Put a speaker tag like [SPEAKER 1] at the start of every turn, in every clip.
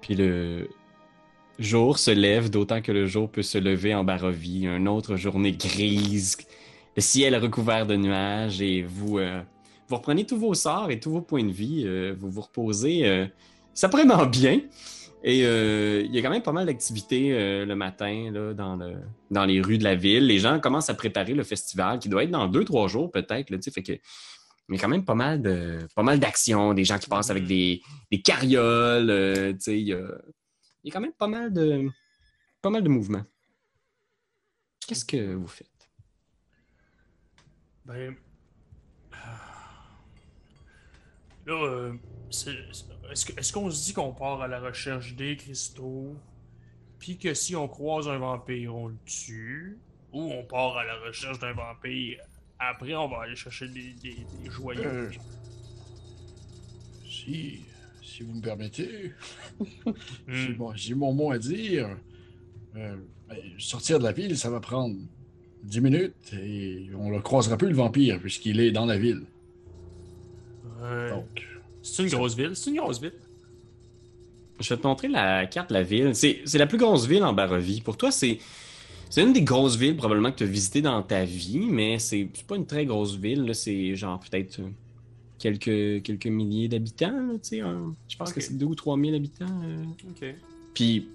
[SPEAKER 1] Puis le jour se lève, d'autant que le jour peut se lever en Barovie. Une autre journée grise, le ciel recouvert de nuages et vous, euh, vous reprenez tous vos sorts et tous vos points de vie. euh, vous vous reposez euh, vraiment bien. Et euh, il y a quand même pas mal d'activités euh, le matin là, dans, le, dans les rues de la ville. Les gens commencent à préparer le festival qui doit être dans deux, trois jours peut-être. là, tu sais, Fait que il y a quand même pas mal de pas mal d'actions, des gens qui passent avec
[SPEAKER 2] Mhm.
[SPEAKER 1] des, des carrioles, euh, tu sais, il y, a, il y a quand même pas mal de pas mal de mouvements. Qu'est-ce que vous faites?
[SPEAKER 2] Ben. Là, euh, c'est- est-ce que- est-ce qu'on se dit qu'on part à la recherche des cristaux, puis que si on croise un vampire, on le tue, ou on part à la recherche d'un vampire, après on va aller chercher des, des- des joyaux?
[SPEAKER 3] Euh, Si, si vous me permettez, j'ai
[SPEAKER 2] Hmm.
[SPEAKER 3] mon, j'ai mon mot à dire. Euh, ben, sortir de la ville, ça va prendre 10 minutes et on le croisera plus, le vampire, puisqu'il est dans la ville.
[SPEAKER 2] Ouais.
[SPEAKER 3] Donc,
[SPEAKER 2] C'est une grosse ville, c'est une grosse ville.
[SPEAKER 1] Je vais te montrer la carte de la ville. C'est c'est la plus grosse ville en Barovie. Pour toi, c'est c'est une des grosses villes probablement que tu as visitées dans ta vie, mais c'est c'est pas une très grosse ville. là. C'est genre peut-être euh, quelques, quelques milliers d'habitants. là, tu sais, hein. Je pense
[SPEAKER 2] Ok.
[SPEAKER 1] que c'est 2 ou 3 000 habitants. euh.
[SPEAKER 2] Ok.
[SPEAKER 1] Puis,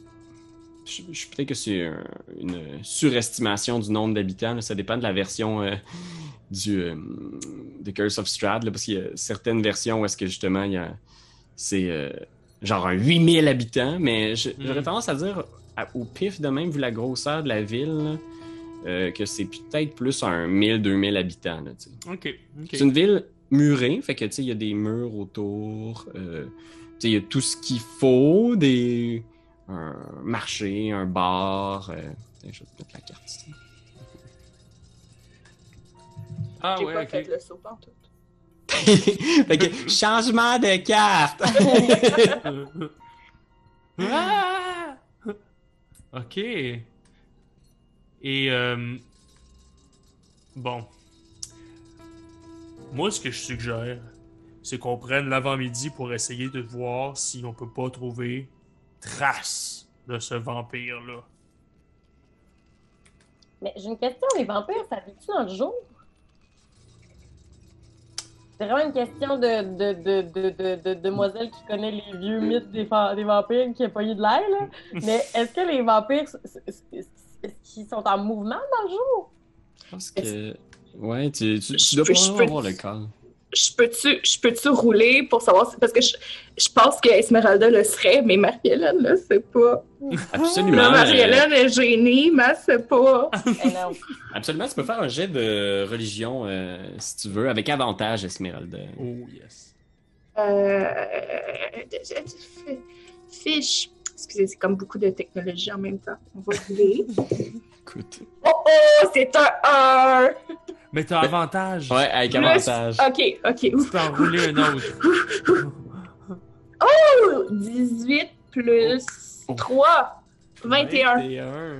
[SPEAKER 1] je, je- peut-être que c'est un- une surestimation du nombre d'habitants. là. Ça dépend de la version euh, du euh, de Curse of Strahd, là, parce qu'il y a certaines versions où est-ce que justement il y a c'est euh, genre un 8000 habitants, mais je- j'aurais
[SPEAKER 2] Mm.
[SPEAKER 1] tendance à dire à- au pif de même vu la grosseur de la ville là, euh, que c'est peut-être plus un 1000-2000 habitants. là, tu sais.
[SPEAKER 2] Ok. ok.
[SPEAKER 1] C'est une ville murée, fait que tu sais, il y a des murs autour, euh, tu sais, il y a tout ce qu'il faut, des un marché, un bar. euh, attends, Je vais te mettre la carte ici.
[SPEAKER 2] Ah
[SPEAKER 4] J'ai
[SPEAKER 2] ouais,
[SPEAKER 4] pas
[SPEAKER 2] ok.
[SPEAKER 4] fait le saut en tout.
[SPEAKER 1] fait que changement de carte.
[SPEAKER 2] Ah! ok. Et euh, bon, moi ce que je suggère, c'est qu'on prenne l'avant-midi pour essayer de voir si on peut pas trouver trace de ce vampire là.
[SPEAKER 5] Mais j'ai une question, les vampires, ça vit-tu dans le jour? C'est vraiment une question de, de, de, de, de, de- demoiselle qui connaît les vieux mythes des, fa- des vampires qui a pas eu de l'air, là. Mais est-ce que les vampires, s- s- s- est-ce qu'ils sont en mouvement dans le jour?
[SPEAKER 1] Je pense que ouais, tu, tu, tu
[SPEAKER 4] Je
[SPEAKER 1] dois
[SPEAKER 4] peux-
[SPEAKER 1] pas
[SPEAKER 4] je peux-
[SPEAKER 1] avoir le corps.
[SPEAKER 4] Je peux-tu je peux-tu rouler pour savoir si- Parce que je, je pense que Esmeralda le serait, mais Marie-Hélène le sait pas.
[SPEAKER 1] Absolument.
[SPEAKER 4] Là,
[SPEAKER 1] euh,
[SPEAKER 4] Marie-Hélène est gênée, mais elle sait pas.
[SPEAKER 5] Eh non.
[SPEAKER 1] absolument, tu peux faire un jet de religion euh, si tu veux, avec avantage, Esmeralda.
[SPEAKER 2] Oh yes.
[SPEAKER 4] Euh, fiche. Excusez, c'est comme beaucoup de technologie en même temps. On va rouler.
[SPEAKER 1] Écoute.
[SPEAKER 4] Oh oh, c'est un 1!
[SPEAKER 2] Mais t'as avantage.
[SPEAKER 1] Ouais, avec
[SPEAKER 4] Plus-
[SPEAKER 1] avantage.
[SPEAKER 4] Ok, ok.
[SPEAKER 2] Tu peux en rouler un autre.
[SPEAKER 4] Ouh, 18 plus
[SPEAKER 2] Oh.
[SPEAKER 4] 3. 21.
[SPEAKER 2] 21.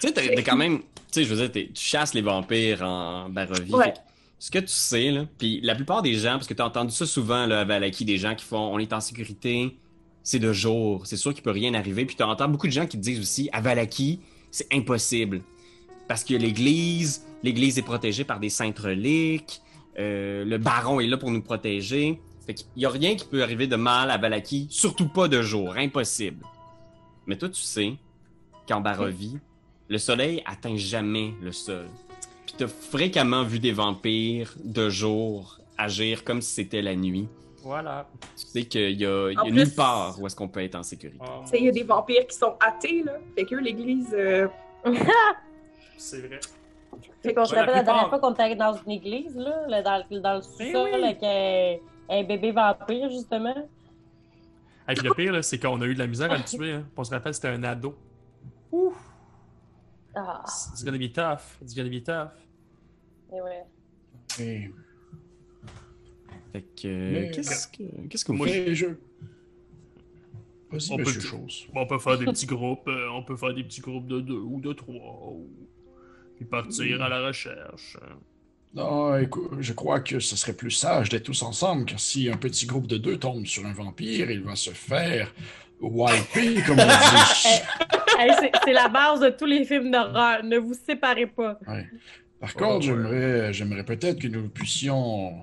[SPEAKER 1] Tu sais, t'as t'as quand même. Tu sais, je veux dire, t'es- tu chasses les vampires en Barovie.
[SPEAKER 4] Ouais.
[SPEAKER 1] Fait que Ce que tu sais, là, puis la plupart des gens, parce que t'as entendu ça souvent, là, à Valaki, des gens qui font on est en sécurité, c'est de jour, c'est sûr qu'il peut rien arriver. Puis t'entends beaucoup de gens qui te disent aussi à Valaki, c'est impossible. Parce que l'église, l'église est protégée par des saintes reliques, euh, le baron est là pour nous protéger. Fait qu'il y a rien qui peut arriver de mal à Valaki, surtout pas de jour, impossible. Mais toi, tu sais qu'en Barovie, le soleil atteint jamais le sol. Puis t'as fréquemment vu des vampires de jour agir comme si c'était la nuit.
[SPEAKER 2] Voilà.
[SPEAKER 1] Tu sais qu'il y a, il y a
[SPEAKER 4] En plus-
[SPEAKER 1] nulle part où est-ce qu'on peut être en sécurité.
[SPEAKER 2] Oh,
[SPEAKER 4] Tu sais, Il y a des vampires qui sont athées, là. Fait que eux, l'église. euh,
[SPEAKER 2] C'est vrai.
[SPEAKER 5] C'est qu'on se
[SPEAKER 2] Ouais, la
[SPEAKER 5] rappelle la dernière
[SPEAKER 2] plupart.
[SPEAKER 5] fois qu'on était dans une église, là, là, dans, dans
[SPEAKER 2] Ben
[SPEAKER 5] le sous-sol,
[SPEAKER 2] oui.
[SPEAKER 5] avec un, un bébé vampire, justement.
[SPEAKER 2] Et puis le pire, là, c'est qu'on a eu de la misère à le tuer. Hein. On se rappelle, c'était un ado. Ouh!
[SPEAKER 5] Ah,
[SPEAKER 2] It's gonna be tough. It's gonna be tough.
[SPEAKER 5] mais ouais.
[SPEAKER 3] mais-
[SPEAKER 1] Fait que, euh,
[SPEAKER 3] Mais-
[SPEAKER 1] qu'est-ce, que, qu'est-ce que vous
[SPEAKER 2] Moi,
[SPEAKER 1] faites?
[SPEAKER 3] mais je...
[SPEAKER 2] On
[SPEAKER 3] Vas-y,
[SPEAKER 2] peut le-
[SPEAKER 3] monsieur Chose.
[SPEAKER 2] Bon, on peut faire des petits groupes. euh, on peut faire des petits groupes de deux ou de trois. Ou... Puis partir à la recherche.
[SPEAKER 3] Non, écoute, je crois que ce serait plus sage d'être tous ensemble, car si un petit groupe de deux tombe sur un vampire, il va se faire wiper, comme on dit.
[SPEAKER 5] Hey, c'est- c'est la base de tous les films d'horreur. Ne vous séparez pas.
[SPEAKER 3] Par
[SPEAKER 1] Ouais,
[SPEAKER 3] contre,
[SPEAKER 1] ouais.
[SPEAKER 3] j'aimerais, euh, j'aimerais peut-être que nous puissions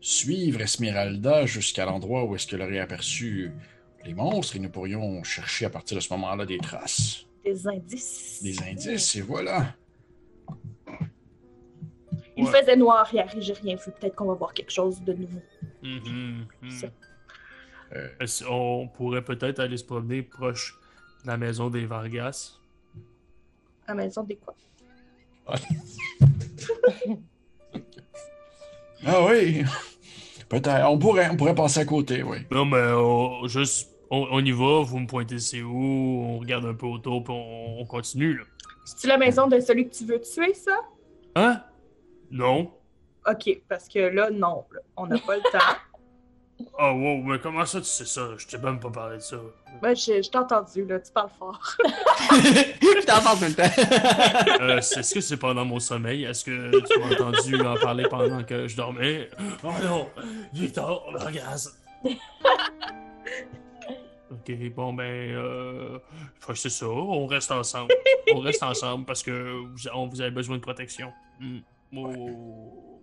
[SPEAKER 3] suivre Esmeralda jusqu'à l'endroit où est-ce qu'elle aurait aperçu les monstres et nous pourrions chercher à partir de ce moment-là des traces,
[SPEAKER 4] Des indices.
[SPEAKER 3] des indices, et voilà.
[SPEAKER 4] Il
[SPEAKER 2] Ouais.
[SPEAKER 4] faisait noir hier et j'ai rien vu. Peut-être qu'on va voir quelque chose de nouveau.
[SPEAKER 2] Mhm, mhm.
[SPEAKER 4] C'est-
[SPEAKER 3] Euh.
[SPEAKER 2] Est-ce- On pourrait peut-être aller se promener proche de la maison des Vargas.
[SPEAKER 4] À la maison des quoi?
[SPEAKER 3] Ah oui, peut-être. On pourrait, on pourrait passer à côté, oui.
[SPEAKER 2] Non, mais on, juste, on, on y va, vous me pointez c'est où, on regarde un peu autour, puis on, on continue. Là.
[SPEAKER 4] C'est-tu la maison de celui que tu veux tuer, ça?
[SPEAKER 2] Hein? Non?
[SPEAKER 4] OK, parce que là, non. là, on n'a pas le temps.
[SPEAKER 2] Ah, wow, mais comment ça tu sais ça? Je t'ai même pas parlé de ça.
[SPEAKER 4] Moi, Ben, je, je t'ai entendu, là. Tu parles fort.
[SPEAKER 1] Je t'en parle tout le temps.
[SPEAKER 2] Euh, c'est- Est-ce que c'est pendant mon sommeil? Est-ce que tu m'as entendu en parler pendant que je dormais? Oh non! Victor, Vargas! Ok, bon ben, euh, enfin, c'est ça, on reste ensemble. On reste ensemble parce que vous, on, vous avez besoin de protection. Hmm. Oh.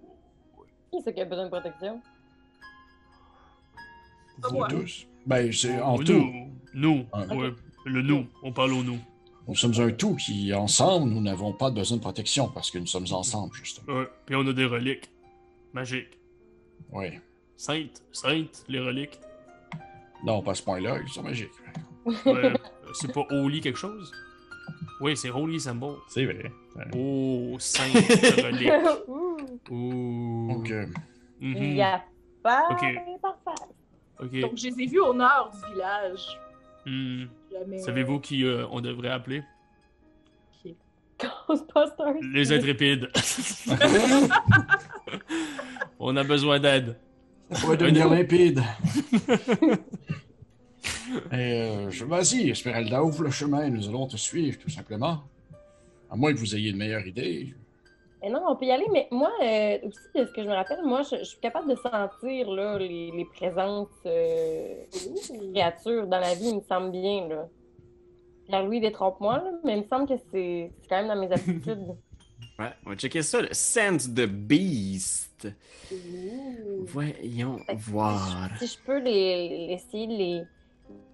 [SPEAKER 5] Qui c'est qui a besoin de protection?
[SPEAKER 3] Vous
[SPEAKER 4] Ouais.
[SPEAKER 3] tous. Ben, c'est en
[SPEAKER 2] Ah, nous,
[SPEAKER 3] tout.
[SPEAKER 2] Nous,
[SPEAKER 3] Ah.
[SPEAKER 2] ouais, le nous, on parle au nous.
[SPEAKER 3] Nous sommes un tout qui, ensemble, nous n'avons pas besoin de protection parce que nous sommes ensemble, justement.
[SPEAKER 2] Ouais, Puis on a des reliques magiques.
[SPEAKER 3] Oui.
[SPEAKER 2] Saintes, saintes, les reliques.
[SPEAKER 3] Non, pas à ce point-là, ils sont magiques.
[SPEAKER 2] Ouais, Euh, c'est pas holy quelque chose? Oui, c'est holy symbol.
[SPEAKER 3] C'est vrai.
[SPEAKER 2] Oh, sainte relique.
[SPEAKER 5] Ouh.
[SPEAKER 2] Ouh.
[SPEAKER 3] Donc, euh,
[SPEAKER 2] Mhm.
[SPEAKER 5] Il y a pas
[SPEAKER 2] Ok.
[SPEAKER 5] parfait.
[SPEAKER 2] Ok.
[SPEAKER 4] Donc, je les ai vus au nord du village.
[SPEAKER 2] Hmm.
[SPEAKER 4] Jamais, euh,
[SPEAKER 2] Savez-vous qui euh, on devrait appeler?
[SPEAKER 4] OK.
[SPEAKER 5] Ghostbusters.
[SPEAKER 2] Les intrépides.
[SPEAKER 3] euh,
[SPEAKER 2] on a besoin d'aide.
[SPEAKER 3] on pourrait devenir limpide. Et, euh, je- Vas-y, Esmeralda, ouvre le chemin, nous allons te suivre, tout simplement. À moins que vous ayez une meilleure idée.
[SPEAKER 5] Eh non, on peut y aller, mais moi, euh, aussi, de ce que je me rappelle, moi, je, je suis capable de sentir là, les, les présences euh, créatures dans la vie, il me semble bien. Là. Pierre-Louis, détrompe-moi, là, mais il me semble que c'est c'est quand même dans mes aptitudes.
[SPEAKER 1] Ouais, on va checker ça. Le Sense the Beast. Voyons voir.
[SPEAKER 5] Si je peux les, les- essayer de les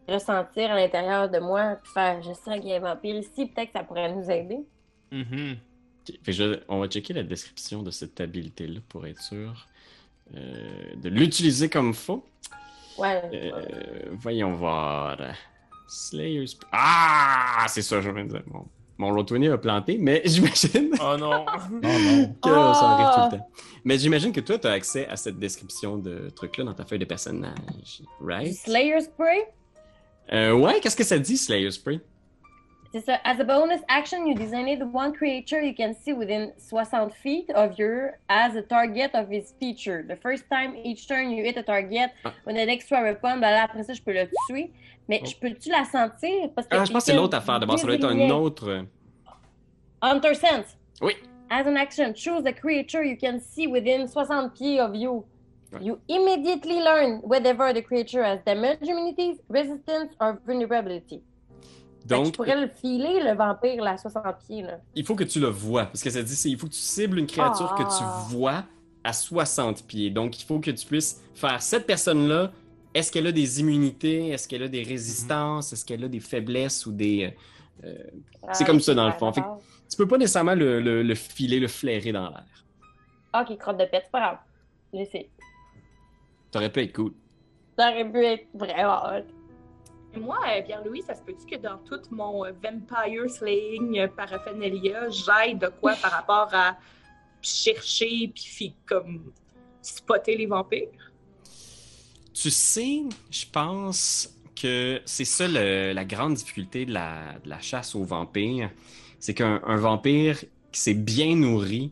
[SPEAKER 5] ressentir à l'intérieur de moi, puis faire je sens qu'il y a un vampire ici, peut-être que ça pourrait nous aider.
[SPEAKER 2] Mhm.
[SPEAKER 1] Ok, fait que je- on va checker la description de cette habilité-là pour être sûr euh, de l'utiliser comme faut.
[SPEAKER 5] Ouais.
[SPEAKER 1] Euh, voyons voir. Slayer's. Ah, c'est ça, je viens de dire. Mon, mon Rotoni a planté, mais j'imagine
[SPEAKER 2] Oh non.
[SPEAKER 3] Non, non.
[SPEAKER 1] que ça arrive
[SPEAKER 5] Ah.
[SPEAKER 1] tout le temps. Mais j'imagine que toi, tu as accès à cette description de truc-là dans ta feuille de personnage.
[SPEAKER 5] Du
[SPEAKER 1] Right?
[SPEAKER 5] Slayer Spray?
[SPEAKER 1] Euh, ouais, qu'est-ce que ça dit, Slayer Spray?
[SPEAKER 5] C'est ça. As a bonus action, you designate one creature you can see within 60 feet of you as a target of his feature. The first time each turn you hit a target,
[SPEAKER 1] Ah.
[SPEAKER 5] on a extra weapon, ben là, après ça, je peux le tuer. Mais je peux-tu la sentir? Parce que
[SPEAKER 1] Oh. Ah, je pense que c'est l'autre affaire. D'abord, ça doit être un autre.
[SPEAKER 5] Hunter Sense.
[SPEAKER 1] Oui.
[SPEAKER 5] As an action, choose a creature you can see within 60 feet of you.
[SPEAKER 1] Ouais.
[SPEAKER 5] You immediately learn whether the creature has damage, immunities, resistance, or vulnerability. Donc, je
[SPEAKER 1] Donc,
[SPEAKER 5] pourrais le filer, le vampire, là, à 60 pieds, là.
[SPEAKER 1] il faut que tu le vois. Parce que ça dit, c'est il faut que tu cibles une créature que
[SPEAKER 5] Ah.
[SPEAKER 1] tu vois à 60 pieds. Donc, il faut que tu puisses faire cette personne-là. Est-ce qu'elle a des immunités? Est-ce qu'elle a des résistances? Est-ce qu'elle a des faiblesses ou des. euh,
[SPEAKER 5] Ah,
[SPEAKER 1] C'est comme ça, dans le fond. Fait que- tu peux pas nécessairement le, le- le filer, le flairer dans l'air.
[SPEAKER 5] Ok, Ah, crotte de pète, c'est pas grave. Laissez.
[SPEAKER 1] T'aurais pu être cool.
[SPEAKER 5] Ça aurait pu être vraiment hot.
[SPEAKER 4] Et Moi, euh, Pierre-Louis, ça se peut-tu que dans tout mon euh, Vampire Slaying euh, paraphernalia, j'aille de quoi par rapport à chercher puis fi- comme spotter les vampires?
[SPEAKER 1] Tu sais, je pense que c'est ça le- la grande difficulté de la, de la chasse aux vampires. C'est qu'un un vampire qui s'est bien nourri,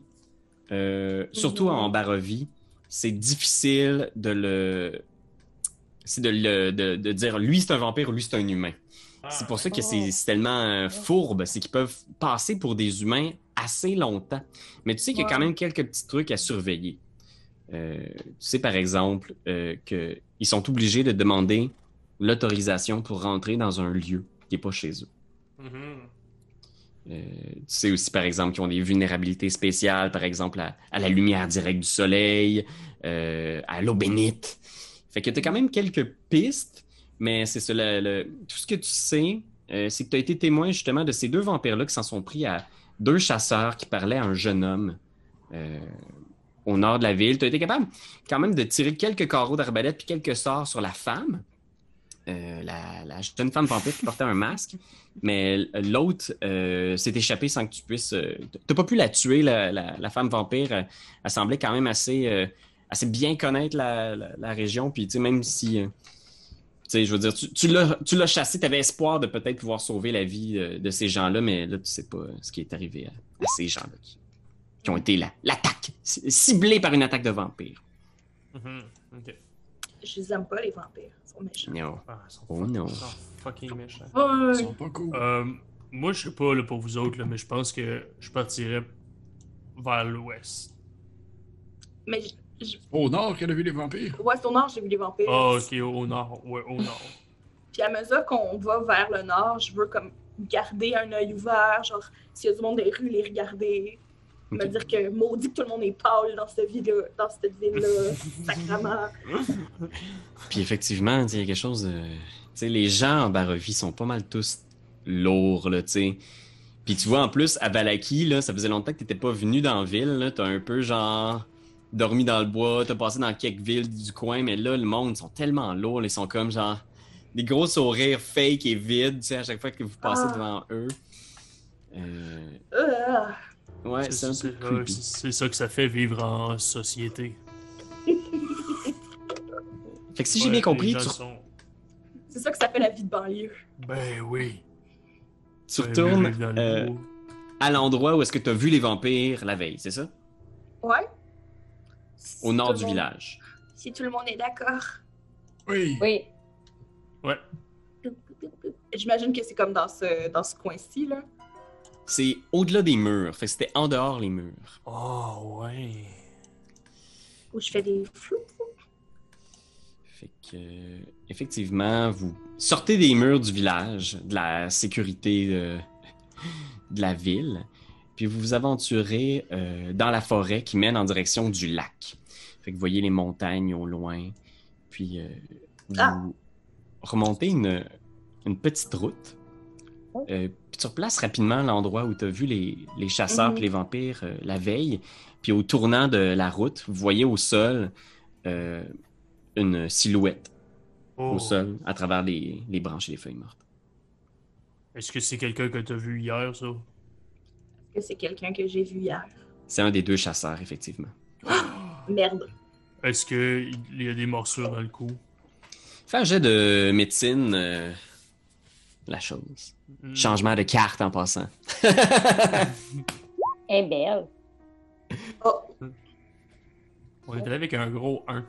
[SPEAKER 1] euh, surtout en barovie, c'est difficile de le. C'est de, le- de- de dire lui c'est un vampire ou lui c'est un humain.
[SPEAKER 2] Ah,
[SPEAKER 1] C'est pour ça que c'est c'est tellement euh, fourbe, c'est qu'ils peuvent passer pour des humains assez longtemps. Mais tu sais qu'il y a quand
[SPEAKER 4] Ouais.
[SPEAKER 1] même quelques petits trucs à surveiller. Euh, tu sais, par exemple, euh, qu'ils sont obligés de demander l'autorisation pour rentrer dans un lieu qui n'est pas chez eux.
[SPEAKER 2] Mhm.
[SPEAKER 1] Euh, tu sais aussi, par exemple, qu'ils ont des vulnérabilités spéciales, par exemple, à, à la lumière directe du soleil, euh, à l'eau bénite. Fait que tu as quand même quelques pistes, mais c'est cela. le- Tout ce que tu sais, euh, c'est que tu as été témoin justement de ces deux vampires-là qui s'en sont pris à deux chasseurs qui parlaient à un jeune homme euh, au nord de la ville. Tu as été capable quand même de tirer quelques carreaux d'arbalète puis quelques sorts sur la femme, euh, la, la jeune femme vampire qui portait un masque. Mais l'autre euh, s'est échappé sans que tu puisses. euh, T'as pas pu la tuer, la, la- la femme vampire. euh, Elle semblait quand même assez, euh, assez bien connaître la, la- la région. Puis, tu sais, même si. euh, tu sais, je veux dire, tu, tu l'as tu l'as chassé, t'avais espoir de peut-être pouvoir sauver la vie euh, de ces gens-là, mais là, tu sais pas euh, ce qui est arrivé à, à ces gens-là qui, qui ont été la- l'attaque, c- ciblés par une attaque de vampires.
[SPEAKER 2] Mhm. Ok.
[SPEAKER 4] Je les aime pas, les vampires. Ils sont méchants.
[SPEAKER 1] Non.
[SPEAKER 2] Ah, ils sont
[SPEAKER 1] Oh
[SPEAKER 2] fuck-
[SPEAKER 1] non.
[SPEAKER 2] ils sont fucking méchants.
[SPEAKER 3] Ils sont pas cool.
[SPEAKER 2] Euh, moi, je sais pas là, pour vous autres, là, mais je pense que je partirais vers l'ouest.
[SPEAKER 4] Mais je- je-
[SPEAKER 3] Au nord, qu'elle a vu les vampires.
[SPEAKER 4] ouais, c'est au nord, j'ai vu les vampires.
[SPEAKER 1] Oh,
[SPEAKER 2] Ah, ok, au au nord. Ouais, au nord.
[SPEAKER 4] Puis à mesure qu'on va vers le nord, je veux comme garder un œil ouvert, genre s'il y a du monde dans les rues, les regarder. Me
[SPEAKER 1] Ok.
[SPEAKER 4] dire que maudit que tout le monde est pâle dans cette ville-là, dans cette ville-là, sacrément.
[SPEAKER 1] Puis effectivement, tu sais, il y a quelque chose de... tu sais, Les gens en Barovie sont pas mal tous lourds, là, tu sais. Puis tu vois, en plus, à Valaki, là, ça faisait longtemps que t'étais pas venu dans la ville, là. T'as un peu, genre, dormi dans le bois, t'as passé dans quelques villes du coin, mais là, le monde, ils sont tellement lourds, là, ils sont comme, genre, des gros sourires fake et vides, tu sais, à chaque fois que vous passez
[SPEAKER 4] Ah.
[SPEAKER 1] devant eux. Euh,
[SPEAKER 4] Ah,
[SPEAKER 1] Ouais, c'est un peu
[SPEAKER 2] C'est-
[SPEAKER 1] creepy.
[SPEAKER 2] c'est- c'est ça que ça fait vivre en société.
[SPEAKER 1] Fait que si j'ai
[SPEAKER 2] Ouais,
[SPEAKER 1] bien compris,
[SPEAKER 2] les
[SPEAKER 1] tu,
[SPEAKER 2] gens sont-
[SPEAKER 4] c'est ça que ça fait la vie de banlieue.
[SPEAKER 2] Ben oui.
[SPEAKER 1] tu
[SPEAKER 2] Ben oui,
[SPEAKER 1] retournes
[SPEAKER 2] vivre dans le
[SPEAKER 1] euh,
[SPEAKER 2] bois.
[SPEAKER 1] à l'endroit où est-ce que t'as vu les vampires la veille, c'est ça?
[SPEAKER 4] Ouais.
[SPEAKER 1] Au
[SPEAKER 4] Si
[SPEAKER 1] nord
[SPEAKER 4] tout le
[SPEAKER 1] du
[SPEAKER 4] monde-
[SPEAKER 1] village.
[SPEAKER 4] Si tout le monde est d'accord.
[SPEAKER 3] Oui.
[SPEAKER 5] Oui.
[SPEAKER 4] J'imagine que c'est comme dans ce, dans ce coin-ci, là.
[SPEAKER 1] C'est au-delà des murs. Fait que c'était en dehors les murs.
[SPEAKER 2] Ah ouais.
[SPEAKER 4] Où je fais des flous.
[SPEAKER 1] Fait que, euh, effectivement, vous sortez des murs du village, de la sécurité euh, de, la ville, puis vous vous aventurez euh, dans la forêt qui mène en direction du lac. Fait que vous voyez les montagnes au loin, puis euh, vous
[SPEAKER 4] Ah.
[SPEAKER 1] remontez une, une petite route.
[SPEAKER 4] Oh.
[SPEAKER 1] Euh, puis tu replaces rapidement l'endroit où tu as vu les, les chasseurs
[SPEAKER 4] Mhm.
[SPEAKER 1] puis les vampires euh, la veille. Puis au tournant de la route, vous voyez au sol euh, une silhouette
[SPEAKER 2] Oh.
[SPEAKER 1] au sol à travers les, les branches et les feuilles mortes.
[SPEAKER 2] Est-ce que c'est quelqu'un que t'as vu hier, ça?
[SPEAKER 4] Est-ce que c'est quelqu'un que j'ai vu hier?
[SPEAKER 1] C'est un des deux chasseurs, effectivement.
[SPEAKER 4] Merde.
[SPEAKER 2] Est-ce que il y a des morsures dans le cou?
[SPEAKER 1] Fais un jet de médecine, euh, la chose.
[SPEAKER 2] Hmm.
[SPEAKER 1] Changement de carte en passant.
[SPEAKER 5] Elle est belle.
[SPEAKER 4] Oh,
[SPEAKER 2] On était avec un gros 1.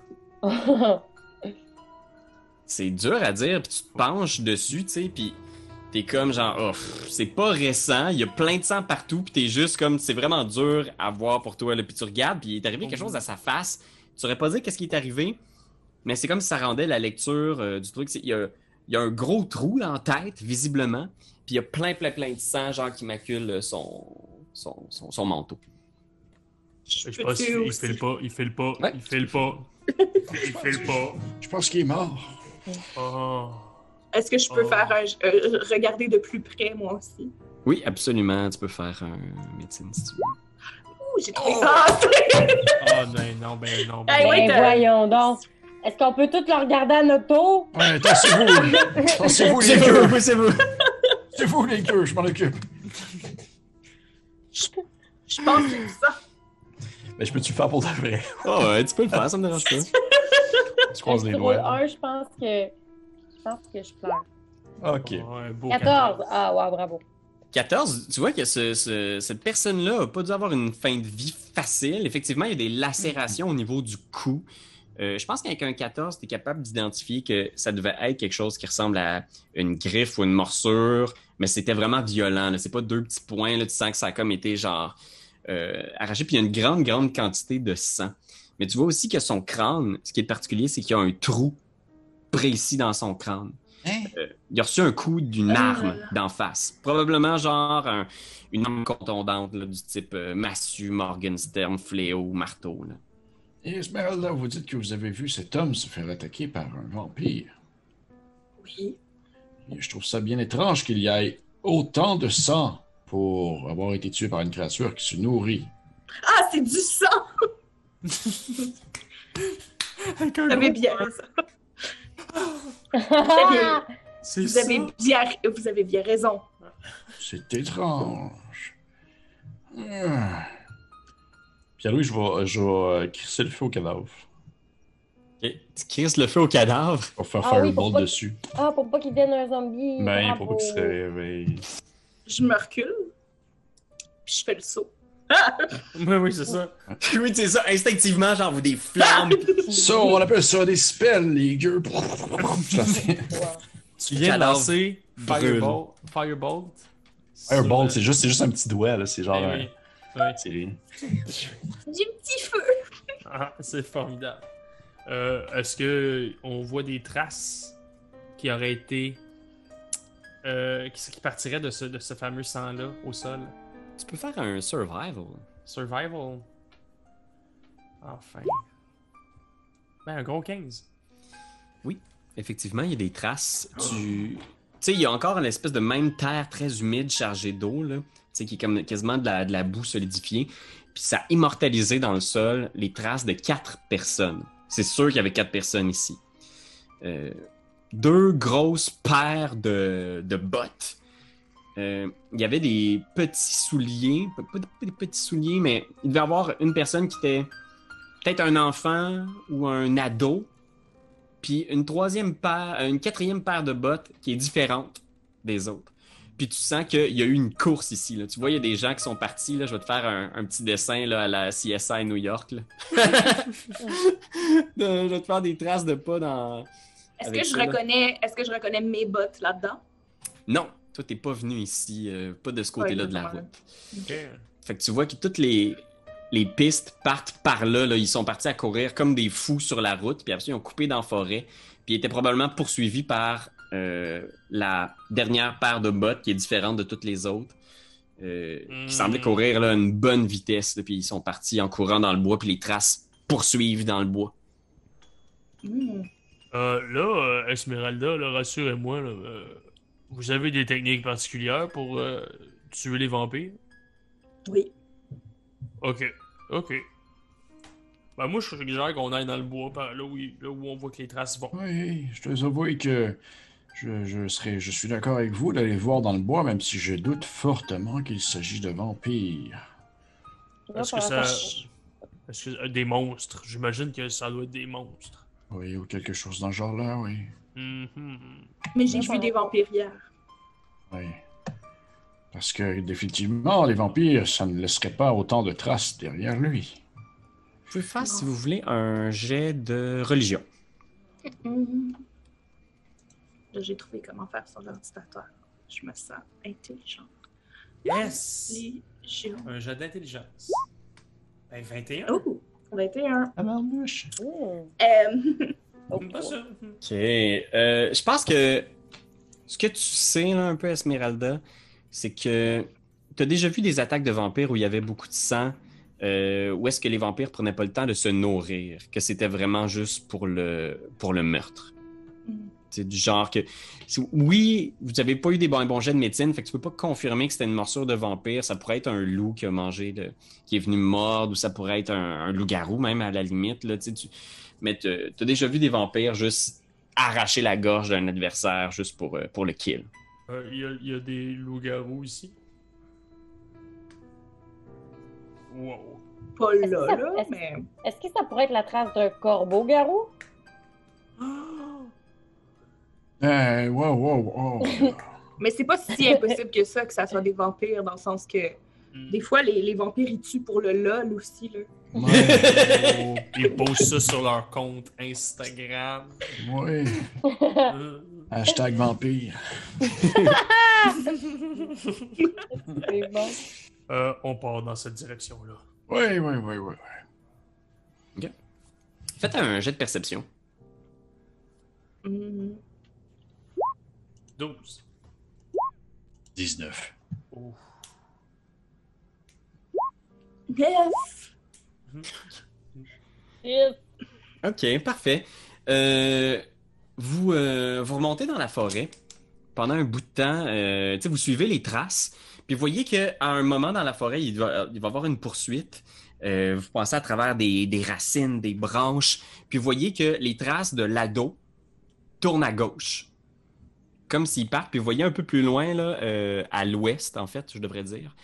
[SPEAKER 1] C'est dur à dire, puis tu te penches dessus, tu sais, puis t'es comme genre, oh, pff, c'est pas récent, il y a plein de sang partout, puis t'es juste comme, c'est vraiment dur à voir pour toi, là, puis tu regardes, puis il est arrivé quelque chose à sa face. Tu saurais pas dire qu'est-ce qui est arrivé, mais c'est comme si ça rendait la lecture euh, du truc. c'est- Il y a, il y a un gros trou là, en tête, visiblement, puis il y a plein, plein, plein de sang, genre, qui macule euh, son, son, son, son manteau.
[SPEAKER 4] je
[SPEAKER 2] Je pense
[SPEAKER 4] peux-tu
[SPEAKER 2] qu'il
[SPEAKER 4] aussi-
[SPEAKER 2] fait le pas, il fait le pas,
[SPEAKER 1] Ouais.
[SPEAKER 2] il fait le pas. Il fait le pas.
[SPEAKER 3] Je pense qu'il est mort.
[SPEAKER 2] Oh.
[SPEAKER 4] Est-ce que je peux
[SPEAKER 2] Oh.
[SPEAKER 4] faire un... euh, regarder de plus près, moi aussi?
[SPEAKER 1] Oui, absolument, tu peux faire un médecine si tu veux.
[SPEAKER 4] Ouh, j'ai trouvé ça!
[SPEAKER 2] Ah ben non, ben non, ben
[SPEAKER 4] Hey, euh,
[SPEAKER 5] Ben
[SPEAKER 2] non.
[SPEAKER 4] ouais, t'as-
[SPEAKER 5] voyons donc. Est-ce qu'on peut tous le regarder à notre tour?
[SPEAKER 3] Ouais, tassez-vous. tassez-vous les deux.
[SPEAKER 1] c'est vous!
[SPEAKER 3] Tassez-vous les deux, je m'en occupe.
[SPEAKER 4] Je pense que c'est ça.
[SPEAKER 3] Mais Ben, je peux-tu le faire pour de vrai?
[SPEAKER 1] Oh, ouais, tu peux le faire, ça me dérange pas.
[SPEAKER 3] On se croise les
[SPEAKER 5] Sur
[SPEAKER 3] doigts.
[SPEAKER 5] un, je pense que. Je pense que je pleure.
[SPEAKER 3] Ok.
[SPEAKER 2] Ouais, un beau
[SPEAKER 5] 14. Ah, ouais, bravo.
[SPEAKER 1] 14, tu vois que ce- ce- cette personne-là a pas dû avoir une fin de vie facile. Effectivement, il y a des lacérations au niveau du cou. Euh, je pense qu'avec un 14, tu es capable d'identifier que ça devait être quelque chose qui ressemble à une griffe ou une morsure, mais c'était vraiment violent. là. C'est pas deux petits points, là, tu sens que ça a comme été genre euh, arraché. Puis il y a une grande, grande quantité de sang. Mais tu vois aussi que son crâne, ce qui est particulier, c'est qu'il y a un trou précis dans son crâne. Euh,
[SPEAKER 3] Hein?
[SPEAKER 1] Il a reçu un coup d'une
[SPEAKER 4] Ah.
[SPEAKER 1] arme d'en face. Probablement genre un- une arme contondante là, du type euh, massue, morgenstern, fléau, marteau. là.
[SPEAKER 3] Et Esmeralda, vous dites que vous avez vu cet homme se faire attaquer par un vampire.
[SPEAKER 4] Oui.
[SPEAKER 3] Et je trouve ça bien étrange qu'il y ait autant de sang pour avoir été tué par une créature qui se nourrit.
[SPEAKER 4] Ah, c'est du sang!
[SPEAKER 2] Avec un
[SPEAKER 4] Vous avez
[SPEAKER 2] gros-
[SPEAKER 4] bien raison.
[SPEAKER 2] C'est
[SPEAKER 4] Vous
[SPEAKER 2] ça.
[SPEAKER 4] avez bien, vous avez bien raison.
[SPEAKER 3] C'est étrange. Hum. Pierre-Louis, je vais, je vais crisser le feu au cadavre.
[SPEAKER 1] Ok. Tu crisses le feu au cadavre.
[SPEAKER 3] Pour faire
[SPEAKER 5] Ah oui,
[SPEAKER 3] fireball
[SPEAKER 5] pour pas-
[SPEAKER 3] dessus.
[SPEAKER 5] Ah, pour pas qu'il devienne un zombie.
[SPEAKER 3] Ben,
[SPEAKER 5] bravo.
[SPEAKER 3] pour pas qu'il se réveille.
[SPEAKER 4] Je me recule, puis je fais le saut.
[SPEAKER 2] Oui, oui, c'est ça.
[SPEAKER 1] oui, c'est ça. Instinctivement, genre, vous des flammes.
[SPEAKER 3] Ça, on appelle ça des spells, les gueux. Fireball,
[SPEAKER 2] Tu viens de
[SPEAKER 1] Cadavre
[SPEAKER 2] lancer
[SPEAKER 1] brûle.
[SPEAKER 2] Fireball. Fireball.
[SPEAKER 3] c'est juste, c'est juste un petit doigt, là. C'est genre.
[SPEAKER 2] Eh oui. Ouais.
[SPEAKER 3] un- c'est-
[SPEAKER 4] J'ai un petit feu.
[SPEAKER 2] Ah, c'est formidable. Euh, Est-ce que on voit des traces qui auraient été. euh, qui, qui partiraient de ce, de ce fameux sang-là au sol?
[SPEAKER 1] tu peux faire un survival.
[SPEAKER 2] Survival. Enfin. Ben, un gros 15.
[SPEAKER 1] Effectivement, il y a des traces. Tu tu sais, il y a encore une espèce de même terre très humide chargée d'eau, là. Tu sais, qui est comme quasiment de la, de la boue solidifiée. Puis ça a immortalisé dans le sol les traces de quatre personnes. C'est sûr qu'il y avait quatre personnes ici. Euh, deux grosses paires de, de bottes. Euh, il y avait des petits souliers, pas- pas des- pas des petits souliers, mais il devait y avoir une personne qui était peut-être un enfant ou un ado, puis une troisième paire, euh, une quatrième paire de bottes qui est différente des autres. Puis tu sens qu'il y a eu une course ici. Là. Tu vois, il y a des gens qui sont partis. Là. Je vais te faire un, un petit dessin là, à la CSI New York. là. je vais te faire des traces de pas dans.
[SPEAKER 4] Est-ce
[SPEAKER 1] Avec
[SPEAKER 4] que je
[SPEAKER 1] ça, là.
[SPEAKER 4] reconnais, est-ce que je reconnais mes bottes là-dedans
[SPEAKER 1] Non, toi, t'es pas venu ici, euh, pas de ce côté-là de la
[SPEAKER 4] Ouais,
[SPEAKER 1] route. Fait que tu vois que toutes les, les pistes partent par là, là. Ils sont partis à courir comme des fous sur la route, puis après, ça, ils ont coupé dans la forêt. Puis ils étaient probablement poursuivis par euh, la dernière paire de bottes qui est différente de toutes les autres. euh,
[SPEAKER 2] Mm.
[SPEAKER 1] Qui semblait courir là, à une bonne vitesse. là, puis ils sont partis en courant dans le bois, puis les traces poursuivent dans le bois.
[SPEAKER 4] Hmm.
[SPEAKER 2] Euh, là, euh, Esmeralda, là, rassurez-moi, là, euh, vous avez des techniques particulières pour euh, tuer les vampires?
[SPEAKER 4] Oui.
[SPEAKER 2] Ok, ok. Ben, moi, je suggère qu'on aille dans le bois, par là, où, il- là où on voit que les traces vont.
[SPEAKER 3] Oui, je dois avouer que je, je serais, je suis d'accord avec vous d'aller voir dans le bois, même si je doute fortement qu'il s'agit de vampires.
[SPEAKER 2] Est-ce que ça. Est-ce que euh, des monstres? J'imagine que ça doit être des monstres.
[SPEAKER 3] Oui, ou quelque chose dans ce genre-là, oui.
[SPEAKER 2] Mhm.
[SPEAKER 4] Mais j'ai
[SPEAKER 5] D'accord.
[SPEAKER 4] vu des vampires hier.
[SPEAKER 3] Oui. Parce que, définitivement, les vampires, ça ne laisserait pas autant de traces derrière lui.
[SPEAKER 1] Vous pouvez faire, si vous voulez, un jet de religion.
[SPEAKER 4] Hmm. Là, j'ai trouvé comment faire sur l'ordinateur. Je me sens intelligente.
[SPEAKER 2] Yes!
[SPEAKER 4] Religion.
[SPEAKER 2] Un jet d'intelligence. Ben, 21.
[SPEAKER 4] Oh, 21.
[SPEAKER 3] La marmouche.
[SPEAKER 5] Hmm.
[SPEAKER 4] Euh,
[SPEAKER 2] Pas ça.
[SPEAKER 1] OK. Euh, je pense que ce que tu sais là, un peu, Esmeralda, c'est que tu as déjà vu des attaques de vampires où il y avait beaucoup de sang, euh, où est-ce que les vampires prenaient pas le temps de se nourrir, que c'était vraiment juste pour le, pour le meurtre.
[SPEAKER 4] Mm.
[SPEAKER 1] C'est du genre que. c'est- Oui, vous n'avez pas eu des bons, bons jets de médecine, fait que tu peux pas confirmer que c'était une morsure de vampire. Ça pourrait être un loup qui a mangé, de- qui est venu me mordre, ou ça pourrait être un, un loup-garou, même à la limite. Là, tu sais, tu- Mais tu as déjà vu des vampires juste arracher la gorge d'un adversaire juste pour, euh, pour le kill.
[SPEAKER 2] Euh, Il y a- il y, a des loups-garous ici. Wow.
[SPEAKER 4] pas là, là, mais.
[SPEAKER 5] Est-ce que ça pourrait être la trace d'un corbeau-garou?
[SPEAKER 3] Eh, wow, wow, wow.
[SPEAKER 4] Mais c'est pas si impossible que ça, que ça soit des vampires, dans le sens que
[SPEAKER 2] Mm.
[SPEAKER 4] des fois, les, les vampires, ils tuent pour le lol aussi, là.
[SPEAKER 2] Oh, Ils postent ça sur leur compte Instagram.
[SPEAKER 3] oui.
[SPEAKER 4] Ah.
[SPEAKER 2] Euh,
[SPEAKER 3] Hashtag vampire.
[SPEAKER 5] C'est bon.
[SPEAKER 2] euh, on part dans cette direction-là.
[SPEAKER 3] Oui, oui, oui, oui.
[SPEAKER 1] Faites un jet de perception.
[SPEAKER 4] Mhm.
[SPEAKER 2] 12.
[SPEAKER 3] 19.
[SPEAKER 2] Ouf.
[SPEAKER 4] Neuf.
[SPEAKER 5] Shit.
[SPEAKER 1] OK, parfait. Euh, vous, euh, vous remontez dans la forêt pendant un bout de temps. euh, tu sais, vous suivez les traces. Puis vous voyez qu'à un moment dans la forêt, il va, il va y avoir une poursuite. Euh, vous passez à travers des, des racines, des branches. Puis vous voyez que les traces de l'ado tournent à gauche. Comme s'il part. Puis vous voyez un peu plus loin, là, euh, à l'ouest, en fait, je devrais dire,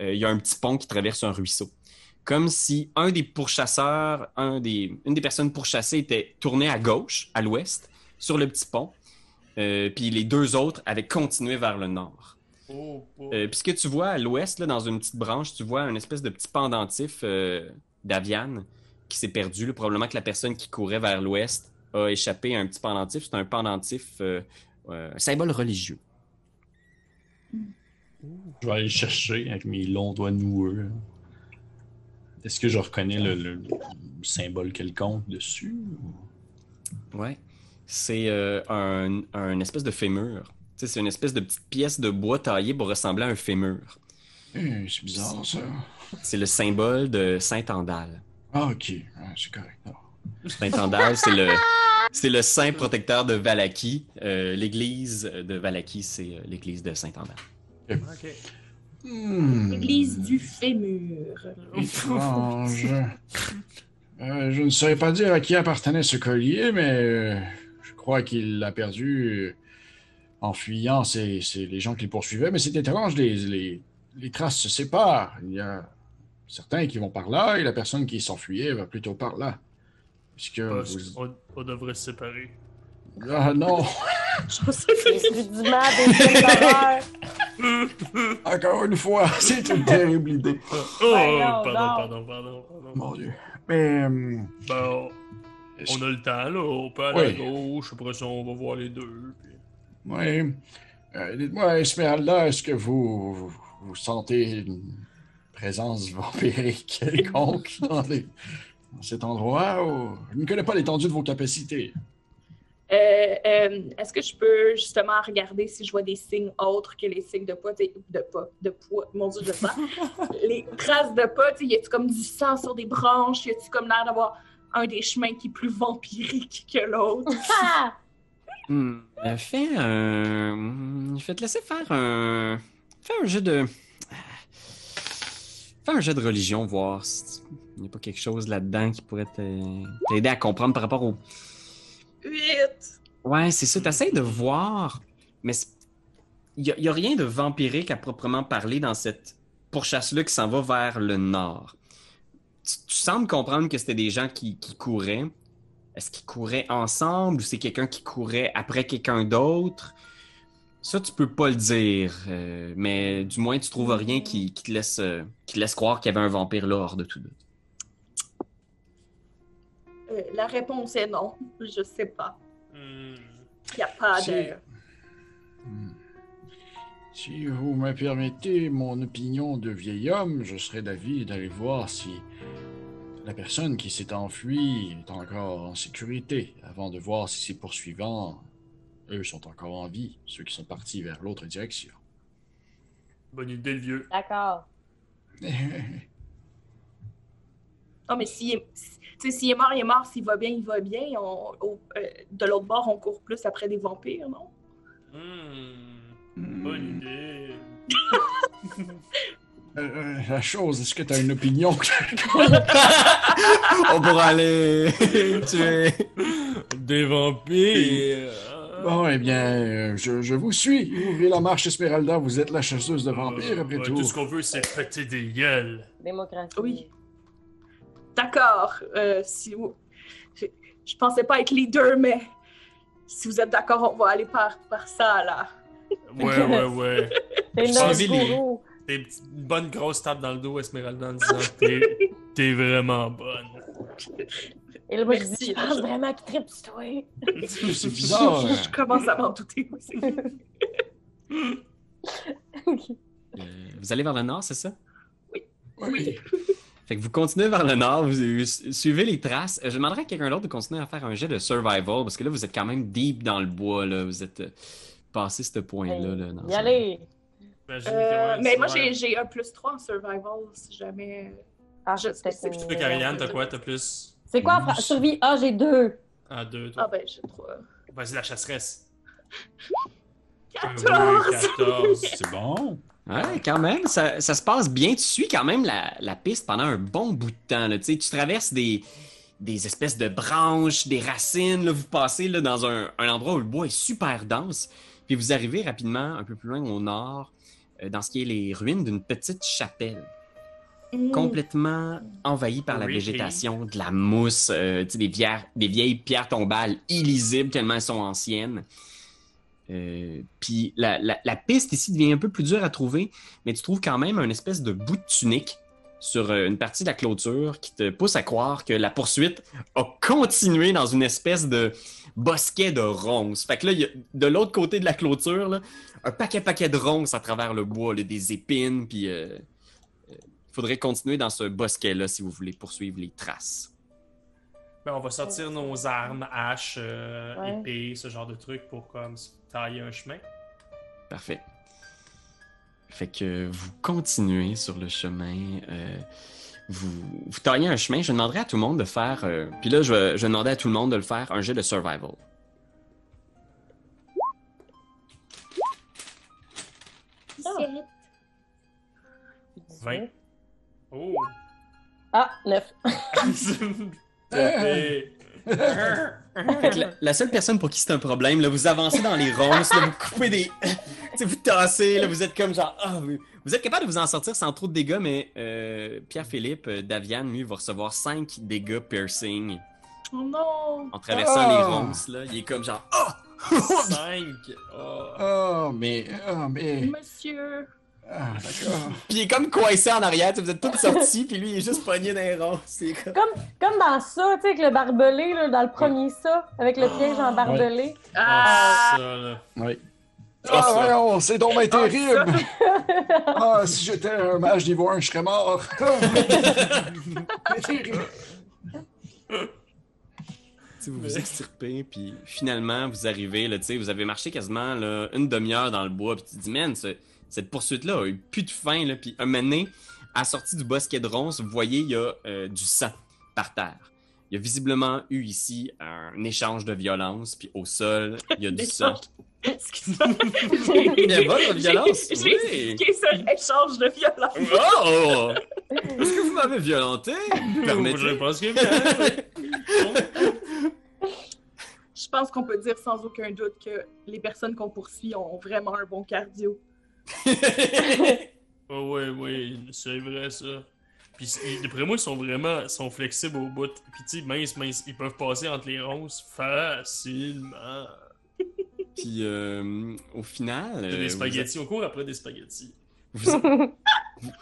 [SPEAKER 1] euh, il y a un petit pont qui traverse un ruisseau comme si un des pourchasseurs, un des, une des personnes pourchassées était tournée à gauche, à l'ouest, sur le petit pont, euh, puis les deux autres avaient continué vers le nord.
[SPEAKER 2] Oh, oh.
[SPEAKER 1] Euh, puis ce que tu vois à l'ouest, là, dans une petite branche, tu vois une espèce de petit pendentif euh, d'aviane qui s'est perdu. là. Probablement que la personne qui courait vers l'ouest a échappé à un petit pendentif. C'est un pendentif, euh, euh, un symbole religieux.
[SPEAKER 3] Je vais aller le chercher avec mes longs doigts noueux. Est-ce que je reconnais le, le- le symbole quelconque dessus?
[SPEAKER 1] Ouais. C'est euh, un, un espèce de fémur. Tu sais, C'est une espèce de petite pièce de bois taillée pour ressembler à un fémur.
[SPEAKER 3] Hum, c'est bizarre ça.
[SPEAKER 1] C'est le symbole de Saint Andal.
[SPEAKER 3] Ah, ok. Ah, c'est correct. Ah.
[SPEAKER 1] Saint Andal, c'est le, c'est le saint protecteur de Valaki. Euh, l'église de Valaki, c'est euh, l'église de Saint Andal.
[SPEAKER 2] Ok.
[SPEAKER 3] Hmm.
[SPEAKER 4] L'église du fémur.
[SPEAKER 3] Étrange. Euh, je ne saurais pas dire à qui appartenait ce collier, mais euh, je crois qu'il l'a perdu euh, en fuyant. C'est c'est les gens qui le poursuivaient, mais c'est étrange. Les, les- les traces se séparent. Il y a certains qui vont par là et la personne qui s'enfuyait va plutôt par là. Est-ce
[SPEAKER 2] Ah,
[SPEAKER 3] que Euh, vous-
[SPEAKER 2] On, on devrait se séparer.
[SPEAKER 3] Ah non,
[SPEAKER 4] Je pensais que
[SPEAKER 5] Des rudiments, des films d'horreur.
[SPEAKER 3] encore une fois, c'est une terrible idée.
[SPEAKER 2] Oh,
[SPEAKER 5] Ben non,
[SPEAKER 2] pardon,
[SPEAKER 5] non.
[SPEAKER 2] pardon, pardon, pardon.
[SPEAKER 3] Mon Dieu. Mais euh,
[SPEAKER 2] Ben, on-
[SPEAKER 3] est-ce
[SPEAKER 2] on a le temps, là. On peut aller
[SPEAKER 3] Oui.
[SPEAKER 2] à gauche. Après ça, on va voir les deux. puis-
[SPEAKER 3] Oui. Euh, dites-moi, Esmeralda, est-ce que vous, vous, vous sentez une présence vampirique quelconque dans, les- dans cet endroit? ou- Je ne connais pas l'étendue de vos capacités.
[SPEAKER 4] Euh, euh, Est-ce que je peux justement regarder si je vois des signes autres que les signes de pas, t'sais, de pas, de poids, mon Dieu, je sens. les traces de pas, t'sais, y a-tu comme du sang sur des branches, y a-tu comme l'air d'avoir un des chemins qui est plus vampirique que l'autre?
[SPEAKER 5] Ah!
[SPEAKER 1] Euh, Fais un. hmm, Je vais te laisser faire un. Fais un jeu de. ah, Fais un jeu de religion, voir s'il n'y a pas quelque chose là-dedans qui pourrait te- t'aider à comprendre par rapport au.
[SPEAKER 4] Huit!
[SPEAKER 1] Ouais, c'est ça. T'essayes de voir, mais il n'y a, rien de vampirique à proprement parler dans cette pourchasse-là qui s'en va vers le nord. Tu, tu sembles comprendre que c'était des gens qui, qui couraient. Est-ce qu'ils couraient ensemble ou c'est quelqu'un qui courait après quelqu'un d'autre? Ça, tu peux pas le dire, euh, mais du moins, tu trouves rien qui, qui te, laisse, euh, qui te laisse croire qu'il y avait un vampire là hors de tout doute.
[SPEAKER 4] Euh, la réponse est non, je sais pas.
[SPEAKER 2] Hmm.
[SPEAKER 4] Y a pas
[SPEAKER 3] Si.
[SPEAKER 4] de.
[SPEAKER 3] Hmm. Si vous me permettez mon opinion de vieil homme, je serais d'avis d'aller voir si la personne qui s'est enfuie est encore en sécurité, avant de voir si ses poursuivants, eux, sont encore en vie, ceux qui sont partis vers l'autre direction.
[SPEAKER 2] Bonne idée, le vieux.
[SPEAKER 5] D'accord.
[SPEAKER 4] Non, Ah, mais s'il est, si- t'sais, s'il est mort, il est mort. S'il va bien, il va bien. On- au- euh, de l'autre bord, on court plus après des vampires, non?
[SPEAKER 2] Hmm. Bonne idée.
[SPEAKER 3] Euh, la chose, est-ce que tu as une opinion?
[SPEAKER 1] Ah! On pourra aller tuer.
[SPEAKER 2] Des vampires.
[SPEAKER 3] bon, eh bien, euh, je, je vous suis. Ouvrez la marche, Esmeralda. Vous êtes la chasseuse de vampires, après
[SPEAKER 2] Euh, Ouais,
[SPEAKER 3] tout.
[SPEAKER 2] Tout ce qu'on veut, c'est péter des gueules.
[SPEAKER 5] Démocratie.
[SPEAKER 4] Oui. D'accord. euh, si vous... je, je pensais pas être leader, mais si vous êtes d'accord, on va aller par, par ça, là.
[SPEAKER 2] Ouais, ouais, ouais.
[SPEAKER 5] C'est
[SPEAKER 1] Je
[SPEAKER 5] notre
[SPEAKER 1] saisis les-
[SPEAKER 5] gourou.
[SPEAKER 2] T'es une petite- une bonne grosse tape dans le dos, Esmeralda, en disant t'es, t'es vraiment bonne.
[SPEAKER 5] Et là, moi, je dis,
[SPEAKER 4] Merci.
[SPEAKER 5] je pense vraiment qu'il tripe sur toi.
[SPEAKER 3] C'est bizarre.
[SPEAKER 4] Je commence à m'en douter aussi.
[SPEAKER 5] Ok.
[SPEAKER 1] Euh, vous allez vers le nord, c'est ça?
[SPEAKER 3] Oui.
[SPEAKER 1] Fait Fait que vous continuez vers le nord, vous vous suivez les traces. Euh, Je demanderai à quelqu'un d'autre de continuer à faire un jet de survival, parce que là, vous êtes quand même deep dans le bois, là. Vous êtes euh, passé ce point-là. Là, dans
[SPEAKER 5] Ben, Y
[SPEAKER 1] un-
[SPEAKER 5] aller.
[SPEAKER 2] J'imagine que,
[SPEAKER 4] Euh,
[SPEAKER 2] ouais,
[SPEAKER 4] mais
[SPEAKER 2] c'est
[SPEAKER 4] moi,
[SPEAKER 2] vrai.
[SPEAKER 4] j'ai j'ai un plus 3 en survival si jamais.
[SPEAKER 5] Ah,
[SPEAKER 4] Je-
[SPEAKER 5] peut-être
[SPEAKER 4] c'est-
[SPEAKER 5] une-
[SPEAKER 2] Toi, Karianne, t'as quoi? T'as plus
[SPEAKER 5] C'est quoi, fra- survie? Ah, j'ai deux.
[SPEAKER 2] un, deux, toi.
[SPEAKER 4] Ah, ben, j'ai 3.
[SPEAKER 2] Vas-y, la chasseresse. Un, deux,
[SPEAKER 4] 14!
[SPEAKER 2] 14.
[SPEAKER 3] C'est bon.
[SPEAKER 1] Ouais, quand même, ça, ça se passe bien. Tu suis quand même la, la piste pendant un bon bout de temps. Là. Tu sais, tu traverses des, des espèces de branches, des racines. Là, vous passez là, dans un, un endroit où le bois est super dense. Puis vous arrivez rapidement un peu plus loin au nord, euh, dans ce qui est les ruines d'une petite chapelle, complètement envahie par la
[SPEAKER 2] Creepy.
[SPEAKER 1] végétation, de la mousse, euh, tu sais, des, pierres- des vieilles pierres tombales illisibles tellement elles sont anciennes. Euh, puis la, la- la piste ici devient un peu plus dure à trouver, mais tu trouves quand même un espèce de bout de tunique sur euh, une partie de la clôture qui te pousse à croire que la poursuite a continué dans une espèce de bosquet de ronces. Fait que là, il y a- de l'autre côté de la clôture, là, un paquet paquet de ronces à travers le bois, là, des épines, puis euh, euh, faudrait continuer dans ce bosquet-là si vous voulez poursuivre les traces.
[SPEAKER 2] Ben, on va sortir nos armes, haches, euh,
[SPEAKER 5] Ouais.
[SPEAKER 2] épées, ce genre de trucs pour comme se tailler un chemin.
[SPEAKER 1] Parfait. Fait que vous continuez sur le chemin. euh, vous, vous taillez un chemin. Je demanderai à tout le monde de faire. euh, puis là, je, vais- je demandais à tout le monde de le faire un jet de survival.
[SPEAKER 2] Vingt. Oh!
[SPEAKER 5] Ah, neuf.
[SPEAKER 3] Euh,
[SPEAKER 2] Et-
[SPEAKER 1] Fait que la, la seule personne pour qui c'est un problème, là, vous avancez dans les ronces, là, vous coupez des. tu sais, vous tassez, là, vous êtes comme genre. ah, vous, vous êtes capable de vous en sortir sans trop de dégâts, mais euh, Pierre-Philippe, euh, Daviane, lui, va recevoir 5 dégâts piercing
[SPEAKER 4] Oh non!
[SPEAKER 1] en traversant
[SPEAKER 3] Ah!
[SPEAKER 1] les ronces. Là. Il est comme genre. Ah!
[SPEAKER 2] Cinq! Oh.
[SPEAKER 3] Oh, mais. Oh, mais.
[SPEAKER 4] Monsieur!
[SPEAKER 3] Ah, d'accord.
[SPEAKER 1] Puis il est comme coincé en arrière, tu sais, vous êtes tous sortis, puis lui, il est juste pogné dans les ronces. C'est comme-
[SPEAKER 5] Comme dans ça, tu sais, avec le barbelé, là, dans le premier ça, avec le piège en barbelé.
[SPEAKER 2] Ah,
[SPEAKER 4] Ah!
[SPEAKER 2] ça, là.
[SPEAKER 3] Oui.
[SPEAKER 1] Ah,
[SPEAKER 3] Ah,
[SPEAKER 1] ça.
[SPEAKER 3] voyons, c'est donc bien terrible! Ah, si j'étais un mage niveau 1, je serais mort!
[SPEAKER 4] Ah!
[SPEAKER 3] C'est terrible.
[SPEAKER 1] Tu sais, vous vous extirpez, puis finalement, vous arrivez, là, tu sais, vous avez marché quasiment là, une demi-heure dans le bois, puis tu te dis, man, ce- cette poursuite-là a eu plus de fin, là, puis un moment donné, à la sortie du bosquet de ronces, vous voyez, il y a euh, du sang par terre. Il y a visiblement eu ici un échange de violence, puis au sol, il y a du sang.
[SPEAKER 4] Excuse-moi!
[SPEAKER 1] Il y a votre violence,
[SPEAKER 4] J'ai-
[SPEAKER 1] oui.
[SPEAKER 4] J'ai expliqué ça, échange de violence!
[SPEAKER 1] Oh! Est-ce que vous m'avez violenté?
[SPEAKER 2] Je
[SPEAKER 1] Permettez.
[SPEAKER 2] pense que-
[SPEAKER 4] Je pense qu'on peut dire sans aucun doute que les personnes qu'on poursuit ont vraiment un bon cardio.
[SPEAKER 2] Oh, oui, oui, c'est vrai, ça. Puis, c'est- d'après moi, ils sont vraiment ils sont flexibles au bout. Puis, tu sais, mince, mince, ils peuvent passer entre les ronces facilement.
[SPEAKER 1] puis euh, au final,
[SPEAKER 2] T'as
[SPEAKER 1] euh,
[SPEAKER 2] des
[SPEAKER 1] vous,
[SPEAKER 2] spaghettis, on court après des spaghettis.
[SPEAKER 1] vous-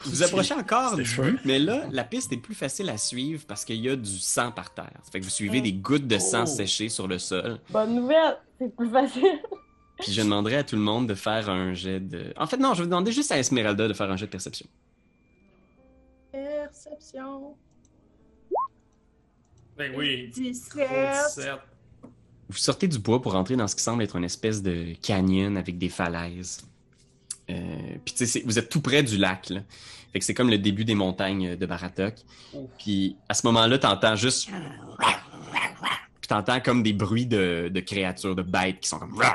[SPEAKER 1] Vous approchez encore
[SPEAKER 3] C'était
[SPEAKER 1] du
[SPEAKER 3] chaud.
[SPEAKER 1] but, mais là, la piste est plus facile à suivre parce qu'il y a du sang par terre. Ça fait que vous suivez
[SPEAKER 5] Mm.
[SPEAKER 1] des gouttes de sang
[SPEAKER 2] Oh.
[SPEAKER 1] séchées sur le sol.
[SPEAKER 5] Bonne nouvelle, c'est plus facile.
[SPEAKER 1] Puis je demanderai à tout le monde de faire un jet de. En fait, non, je vais demander juste à Esmeralda de faire un jet de perception.
[SPEAKER 4] Perception.
[SPEAKER 2] Ben oui.
[SPEAKER 4] 17.
[SPEAKER 2] 17.
[SPEAKER 1] Vous sortez du bois pour entrer dans ce qui semble être une espèce de canyon avec des falaises. Euh, puis tu sais, c'est- vous êtes tout près du lac. Là. Fait que c'est comme le début des montagnes euh, de Baratok.
[SPEAKER 2] Oh.
[SPEAKER 1] Puis à ce moment-là, t'entends juste. Puis t'entends comme des bruits de, de créatures, de bêtes qui sont comme. Ils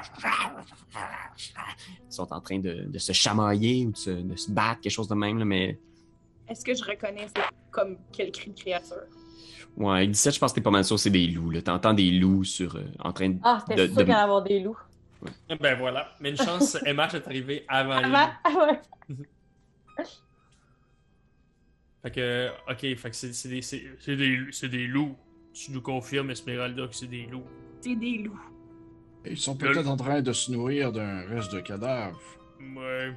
[SPEAKER 1] sont en train de, de se chamailler ou de se, de se battre, quelque chose de même. là, mais
[SPEAKER 4] Est-ce que je reconnais ça comme quel cri de créature?
[SPEAKER 1] ouais, avec 17, je pense que t'es pas mal sûr, c'est des loups. là. T'entends des loups sur, euh, en train de.
[SPEAKER 5] Ah, c'était
[SPEAKER 1] De-
[SPEAKER 5] sûr
[SPEAKER 1] de-
[SPEAKER 5] qu'il allait avoir des loups.
[SPEAKER 2] Ben voilà. Mais une chance, MH est arrivé avant les
[SPEAKER 5] Avant,
[SPEAKER 2] loups.
[SPEAKER 5] Ah, ben, ouais.
[SPEAKER 2] Fait que, ok, fait que c'est c'est des, c'est- c'est des, c'est des loups. Tu nous confirmes, Esmeralda, que c'est des loups.
[SPEAKER 4] C'est des loups.
[SPEAKER 3] Ils sont peut-être en train de se nourrir d'un reste de cadavre.
[SPEAKER 2] Ouais.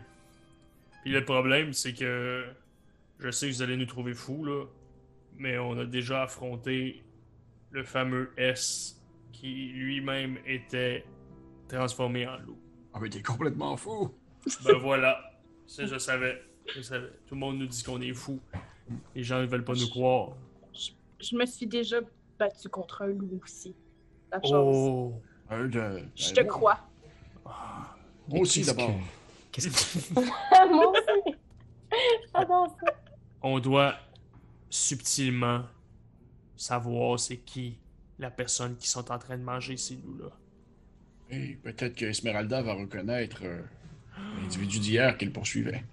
[SPEAKER 2] Puis le problème, c'est que je sais que vous allez nous trouver fous, là. Mais on a déjà affronté le fameux S qui lui-même était transformé en loup.
[SPEAKER 3] Ah, mais t'es complètement fou!
[SPEAKER 2] Ben voilà. Ça, je savais. Je savais. Tout le monde nous dit qu'on est fous. Les gens ne veulent pas nous croire.
[SPEAKER 4] Je me suis déjà battue contre un loup aussi. La chance.
[SPEAKER 2] Oh!
[SPEAKER 3] Euh, de-
[SPEAKER 4] Je
[SPEAKER 3] ben,
[SPEAKER 4] te
[SPEAKER 3] bon.
[SPEAKER 4] crois.
[SPEAKER 3] Moi aussi,
[SPEAKER 1] Qu'est-ce que-
[SPEAKER 3] d'abord.
[SPEAKER 1] Qu'est-ce que.
[SPEAKER 5] Ah, Moi aussi. J'adore ça.
[SPEAKER 2] On doit subtilement savoir c'est qui la personne qui sont en train de manger ces loups-là.
[SPEAKER 3] Et peut-être que Esmeralda va reconnaître euh, l'individu d'hier qu'elle poursuivait.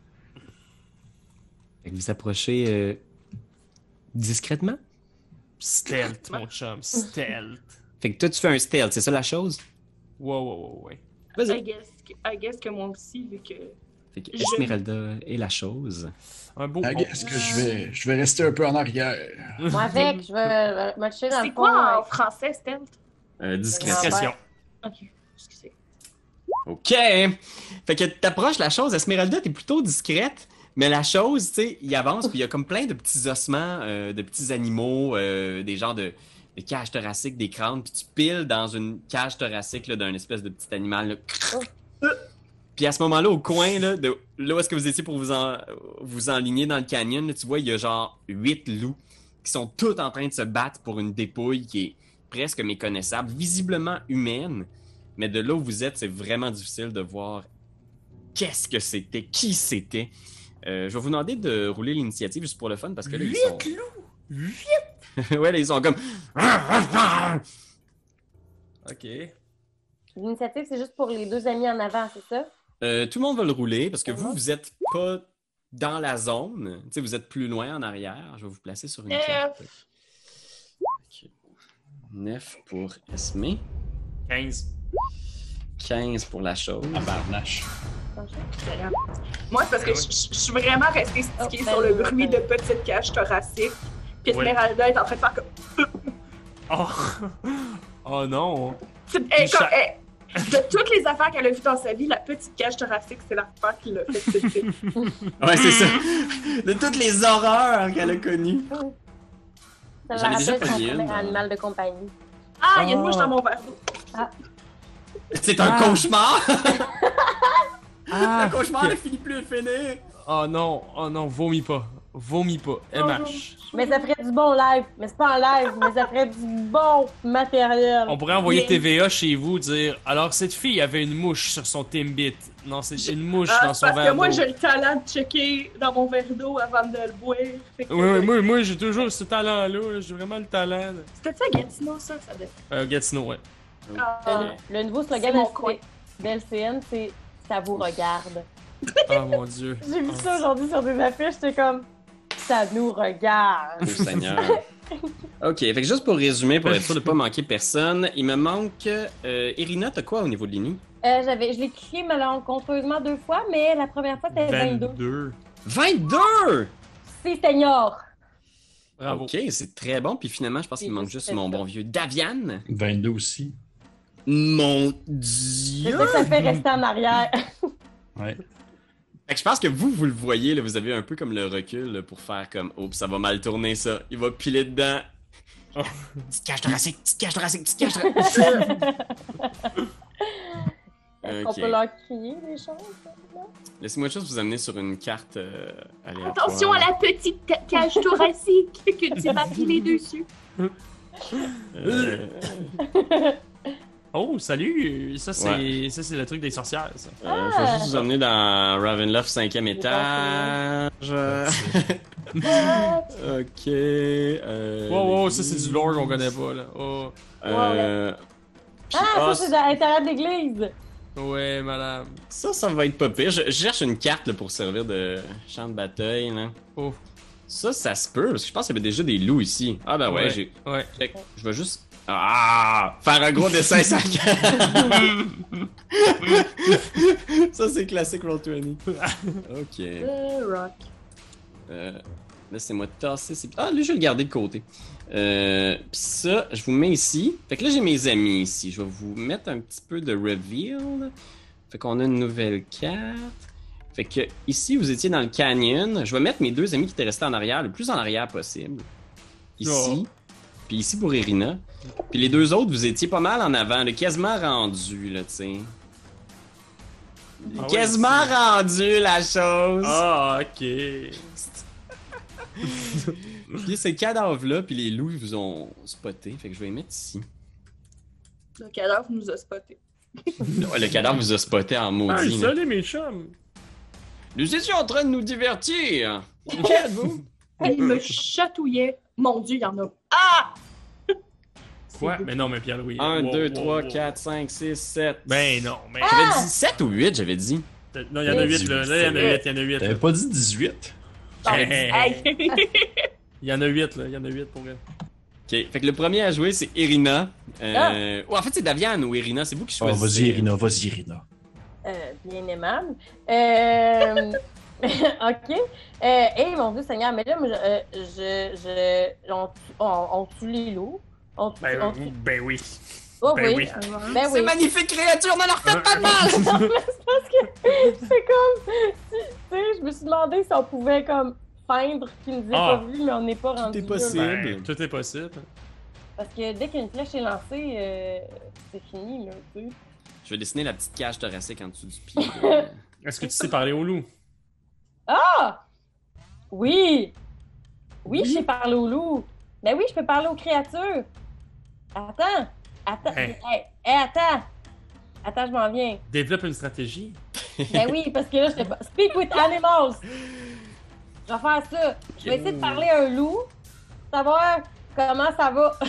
[SPEAKER 1] Fait que vous approchez euh, discrètement.
[SPEAKER 2] Stealth, mon chum, stealth.
[SPEAKER 1] Fait que toi, tu fais un stealth, c'est ça la chose?
[SPEAKER 2] Ouais, ouais, ouais, ouais.
[SPEAKER 4] I
[SPEAKER 1] Vas-y.
[SPEAKER 4] guess, que, I guess que moi aussi, vu que.
[SPEAKER 1] Fait que
[SPEAKER 4] Je-
[SPEAKER 1] Esmeralda est la chose.
[SPEAKER 2] Un beau.
[SPEAKER 3] Ah, Est-ce que je vais, je vais rester un peu en arrière?
[SPEAKER 5] Moi avec, je vais me toucher dans le
[SPEAKER 4] C'est quoi en
[SPEAKER 5] fond.
[SPEAKER 4] français, stealth?
[SPEAKER 1] Euh,
[SPEAKER 5] Ah,
[SPEAKER 1] discrétion.
[SPEAKER 5] ouais.
[SPEAKER 2] Discrétion.
[SPEAKER 4] Ok, excusez.
[SPEAKER 1] OK! Fait que t'approches la chose. Esmeralda, t'es plutôt discrète, mais la chose, tu sais, il avance, puis il y a comme plein de petits ossements, euh, de petits animaux, euh, des genres de, de cages thoraciques, des crânes, puis tu piles dans une cage thoracique là, d'un espèce de petit animal. là. Puis à ce moment-là, au coin, là, de, là où est-ce que vous étiez pour vous, en, vous enligner dans le canyon, là, tu vois, il y a genre huit loups qui sont tous en train de se battre pour une dépouille qui est presque méconnaissable, visiblement humaine. Mais de là où vous êtes, c'est vraiment difficile de voir qu'est-ce que c'était, qui c'était. Euh, je vais vous demander de rouler l'initiative juste pour le fun parce que là, ils sont. ouais, là, ils sont comme.
[SPEAKER 2] Ok.
[SPEAKER 5] L'initiative, c'est juste pour les deux amis en avant, c'est ça?
[SPEAKER 1] Euh, tout le monde va le rouler parce que vous, vous êtes pas dans la zone. Tu sais, vous êtes plus loin en arrière. Je vais vous placer sur une
[SPEAKER 4] Neuf.
[SPEAKER 1] carte. Ok. 9 pour Esme,
[SPEAKER 2] 15.
[SPEAKER 1] 15 pour la chose.
[SPEAKER 3] Ah, barnache.
[SPEAKER 4] Excellent. Moi, c'est parce que
[SPEAKER 2] Eh oui.
[SPEAKER 4] je- je je suis vraiment restée stickée
[SPEAKER 5] Oh,
[SPEAKER 4] sur le
[SPEAKER 5] ben,
[SPEAKER 4] bruit de
[SPEAKER 5] ben.
[SPEAKER 4] petites cages thoraciques. Puis
[SPEAKER 2] Ouais.
[SPEAKER 4] Esmeralda est en train de faire comme.
[SPEAKER 2] Oh! oh non!
[SPEAKER 4] C'est- elle est
[SPEAKER 2] Une
[SPEAKER 4] comme-
[SPEAKER 2] cha-
[SPEAKER 4] elle- de toutes les affaires qu'elle a vues dans sa vie, la petite cage thoracique, c'est l'affaire qui l'a fait tilter.
[SPEAKER 2] bah.
[SPEAKER 1] Ouais, c'est ça. De toutes les horreurs qu'elle a connues.
[SPEAKER 5] Ça me
[SPEAKER 1] J'en ai déjà
[SPEAKER 5] rappelle son
[SPEAKER 1] pogné une,
[SPEAKER 5] premier
[SPEAKER 1] euh.
[SPEAKER 5] animal de compagnie.
[SPEAKER 4] Ah, il y a
[SPEAKER 2] Ah.
[SPEAKER 4] une mouche dans mon verre d'eau.
[SPEAKER 1] C'est un
[SPEAKER 2] Ah.
[SPEAKER 1] cauchemar!
[SPEAKER 2] Ah!
[SPEAKER 1] Le cauchemar ne finit plus de finir!
[SPEAKER 2] Oh non! Oh non, vomis pas! Vomis pas!
[SPEAKER 4] Oh
[SPEAKER 2] MH!
[SPEAKER 5] Mais ça ferait du bon live. Mais c'est pas en live, mais ça ferait du bon matériel.
[SPEAKER 2] On pourrait envoyer
[SPEAKER 4] Bien.
[SPEAKER 2] TVA chez vous dire Alors, cette fille avait une mouche sur son Timbit. Non, c'est
[SPEAKER 4] Je-
[SPEAKER 2] une mouche
[SPEAKER 4] Ah,
[SPEAKER 2] dans
[SPEAKER 4] c'est
[SPEAKER 2] son
[SPEAKER 4] parce que
[SPEAKER 2] verre.
[SPEAKER 4] moi,
[SPEAKER 2] d'eau.
[SPEAKER 4] j'ai le talent de checker dans mon verre d'eau avant de le boire. Fait que-
[SPEAKER 2] Oui, oui, moi, moi j'ai toujours ce talent-là. J'ai vraiment le talent. là.
[SPEAKER 4] C'était ça, Gatineau, ça? ça devait-
[SPEAKER 2] Euh, Gatineau, ouais.
[SPEAKER 4] Ah.
[SPEAKER 5] Le, le nouveau slogan
[SPEAKER 4] C'est mon
[SPEAKER 5] de-
[SPEAKER 4] coin.
[SPEAKER 5] d'LCN, c'est Ça vous regarde.
[SPEAKER 2] Ah mon dieu.
[SPEAKER 5] J'ai vu
[SPEAKER 2] Ah.
[SPEAKER 5] ça aujourd'hui sur des affiches, j'étais comme Ça nous regarde.
[SPEAKER 1] Oh Seigneur. OK, fait que juste pour résumer, pour être sûr de pas manquer personne, il me manque. Euh, Irina, t'as quoi au niveau de l'INI?
[SPEAKER 5] Euh, j'avais, je l'ai crié malencontreusement deux fois, mais la première fois, c'était 22.
[SPEAKER 2] 22.
[SPEAKER 1] 22!
[SPEAKER 5] C'est senior.
[SPEAKER 2] Bravo.
[SPEAKER 1] OK, c'est très bon. Puis finalement, je pense qu'il me manque juste mon bon vieux Davian.
[SPEAKER 3] 22 aussi.
[SPEAKER 1] Mon
[SPEAKER 5] C'est
[SPEAKER 1] Dieu!
[SPEAKER 5] ça que ça fait rester en arrière.
[SPEAKER 3] Ouais.
[SPEAKER 1] Fait que je pense que vous, vous le voyez, là, vous avez un peu comme le recul là, pour faire comme « Oups, ça va mal tourner, ça. Il va piler dedans.
[SPEAKER 2] Oh.
[SPEAKER 1] Petite cache thoracique, petite cache thoracique, petite cache thoracique.
[SPEAKER 5] Est-ce qu'on
[SPEAKER 1] Ok.
[SPEAKER 5] peut leur crier des choses?
[SPEAKER 1] Laissez-moi juste vous amener sur une carte euh, aléatoire.
[SPEAKER 4] Attention à la petite ta- cage thoracique que tu vas piler dessus.
[SPEAKER 1] Euh,
[SPEAKER 2] Oh, salut! Ça, c'est
[SPEAKER 1] Ouais.
[SPEAKER 2] ça c'est le truc des sorcières, ça.
[SPEAKER 1] euh, je vais juste vous emmener dans Ravenloft 5e étage. ok. Euh,
[SPEAKER 2] Wow, wow, ça, c'est du lore qu'on connaît pas, là. Oh.
[SPEAKER 1] Euh, puis-
[SPEAKER 5] Ah,
[SPEAKER 1] ah,
[SPEAKER 5] ça, c'est à l'intérieur de l'église.
[SPEAKER 2] Ouais, madame.
[SPEAKER 1] ça, ça va être pas pire. Je, je cherche une carte là, pour servir de champ de bataille. Là.
[SPEAKER 2] Oh.
[SPEAKER 1] Ça, ça se peut, parce que je pense qu'il y avait déjà des loups ici. Ah, ben ouais,
[SPEAKER 2] Ouais.
[SPEAKER 1] j'ai.
[SPEAKER 2] Ouais.
[SPEAKER 1] check. Je vais juste. Ah! Faire un gros dessin sur la carte. Ça, c'est classique Roll20. Ok.
[SPEAKER 4] Le rock.
[SPEAKER 1] Euh, Laissez-moi tasser. ces- Ah, lui, je vais le garder de côté. Euh, Puis ça, je vous mets ici. Fait que là, j'ai mes amis ici. Je vais vous mettre un petit peu de reveal. Fait qu'on a une nouvelle carte. Fait que ici, vous étiez dans le canyon. Je vais mettre mes deux amis qui étaient restés en arrière, le plus en arrière possible. Ici.
[SPEAKER 2] Oh.
[SPEAKER 1] Puis ici pour Irina. Puis les deux autres, vous étiez pas mal en avant, là, quasiment rendu, là, tu sais.
[SPEAKER 2] Ah ouais,
[SPEAKER 1] quasiment rendu, la chose.
[SPEAKER 2] Ah, ok.
[SPEAKER 1] Puis ces cadavres-là, puis les loups, ils vous ont spoté. Fait que je vais les mettre ici.
[SPEAKER 4] Le cadavre nous a spotés.
[SPEAKER 1] Non, le cadavre vous a spoté en
[SPEAKER 2] Hey,
[SPEAKER 1] maudit. là.
[SPEAKER 2] salut mes chums!
[SPEAKER 1] Nous étions en train de nous divertir. Qui êtes-vous?
[SPEAKER 4] Il me chatouillait. Mon Dieu, il y en a. Ah!
[SPEAKER 2] Quoi? Mais non, mais Pierre-Louis.
[SPEAKER 1] 1,
[SPEAKER 2] wow,
[SPEAKER 1] 2,
[SPEAKER 2] wow,
[SPEAKER 1] 3,
[SPEAKER 2] wow.
[SPEAKER 1] 4, 5, 6, 7.
[SPEAKER 2] Ben non, mais.
[SPEAKER 1] J'avais dit 7 ou 8, j'avais dit.
[SPEAKER 2] Non, il y en a 8 là. Là, il y en a 8, il y en a 8.
[SPEAKER 6] T'avais pas dit 18?
[SPEAKER 4] J'avais dit, hey.
[SPEAKER 2] Il y en a 8 là, il y en a 8 pour vrai.
[SPEAKER 1] Ok, fait que le premier à jouer, c'est Irina. Euh... ouais, en fait, c'est Daviane ou Irina, c'est vous qui
[SPEAKER 6] Oh,
[SPEAKER 1] choisissez.
[SPEAKER 6] vas-y, Irina, vas-y, Irina.
[SPEAKER 5] Euh, bien aimable. Euh, ok. Euh, hey, mon Dieu Seigneur, mais là, moi, je, euh, je, je- on, on, on tue les loups. On tue,
[SPEAKER 2] Ben,
[SPEAKER 5] on
[SPEAKER 2] oui,
[SPEAKER 5] tue-
[SPEAKER 2] ben oui.
[SPEAKER 5] Oh,
[SPEAKER 2] ben
[SPEAKER 5] oui.
[SPEAKER 2] oui.
[SPEAKER 5] Ben
[SPEAKER 1] Ces
[SPEAKER 5] oui.
[SPEAKER 1] magnifiques créatures ne leur faites pas de mal!
[SPEAKER 5] Non, mais c'est parce que c'est comme. Tu tu sais, je me suis demandé si on pouvait comme feindre qu'ils nous aient
[SPEAKER 2] Ah.
[SPEAKER 5] pas vus, mais on n'est pas rendu.
[SPEAKER 1] est
[SPEAKER 5] là.
[SPEAKER 1] possible.
[SPEAKER 2] Ben, tout est possible.
[SPEAKER 5] Parce que dès qu'une flèche est lancée, euh, c'est fini, là, tu sais.
[SPEAKER 1] Je vais dessiner la petite cage thoracique en dessous du pied. là.
[SPEAKER 2] Est-ce que tu sais parler au loup?
[SPEAKER 5] Oui! Oui, je sais parler aux loups. Ben oui, je peux parler aux créatures. Attends. Attends.
[SPEAKER 2] Hein.
[SPEAKER 5] Hey, hey, attends. Attends, je m'en viens.
[SPEAKER 2] Développe une stratégie.
[SPEAKER 5] Ben oui, parce que là, je fais pas. Speak with animals. Je vais faire ça. Je vais essayer de parler à un loup, savoir comment ça va.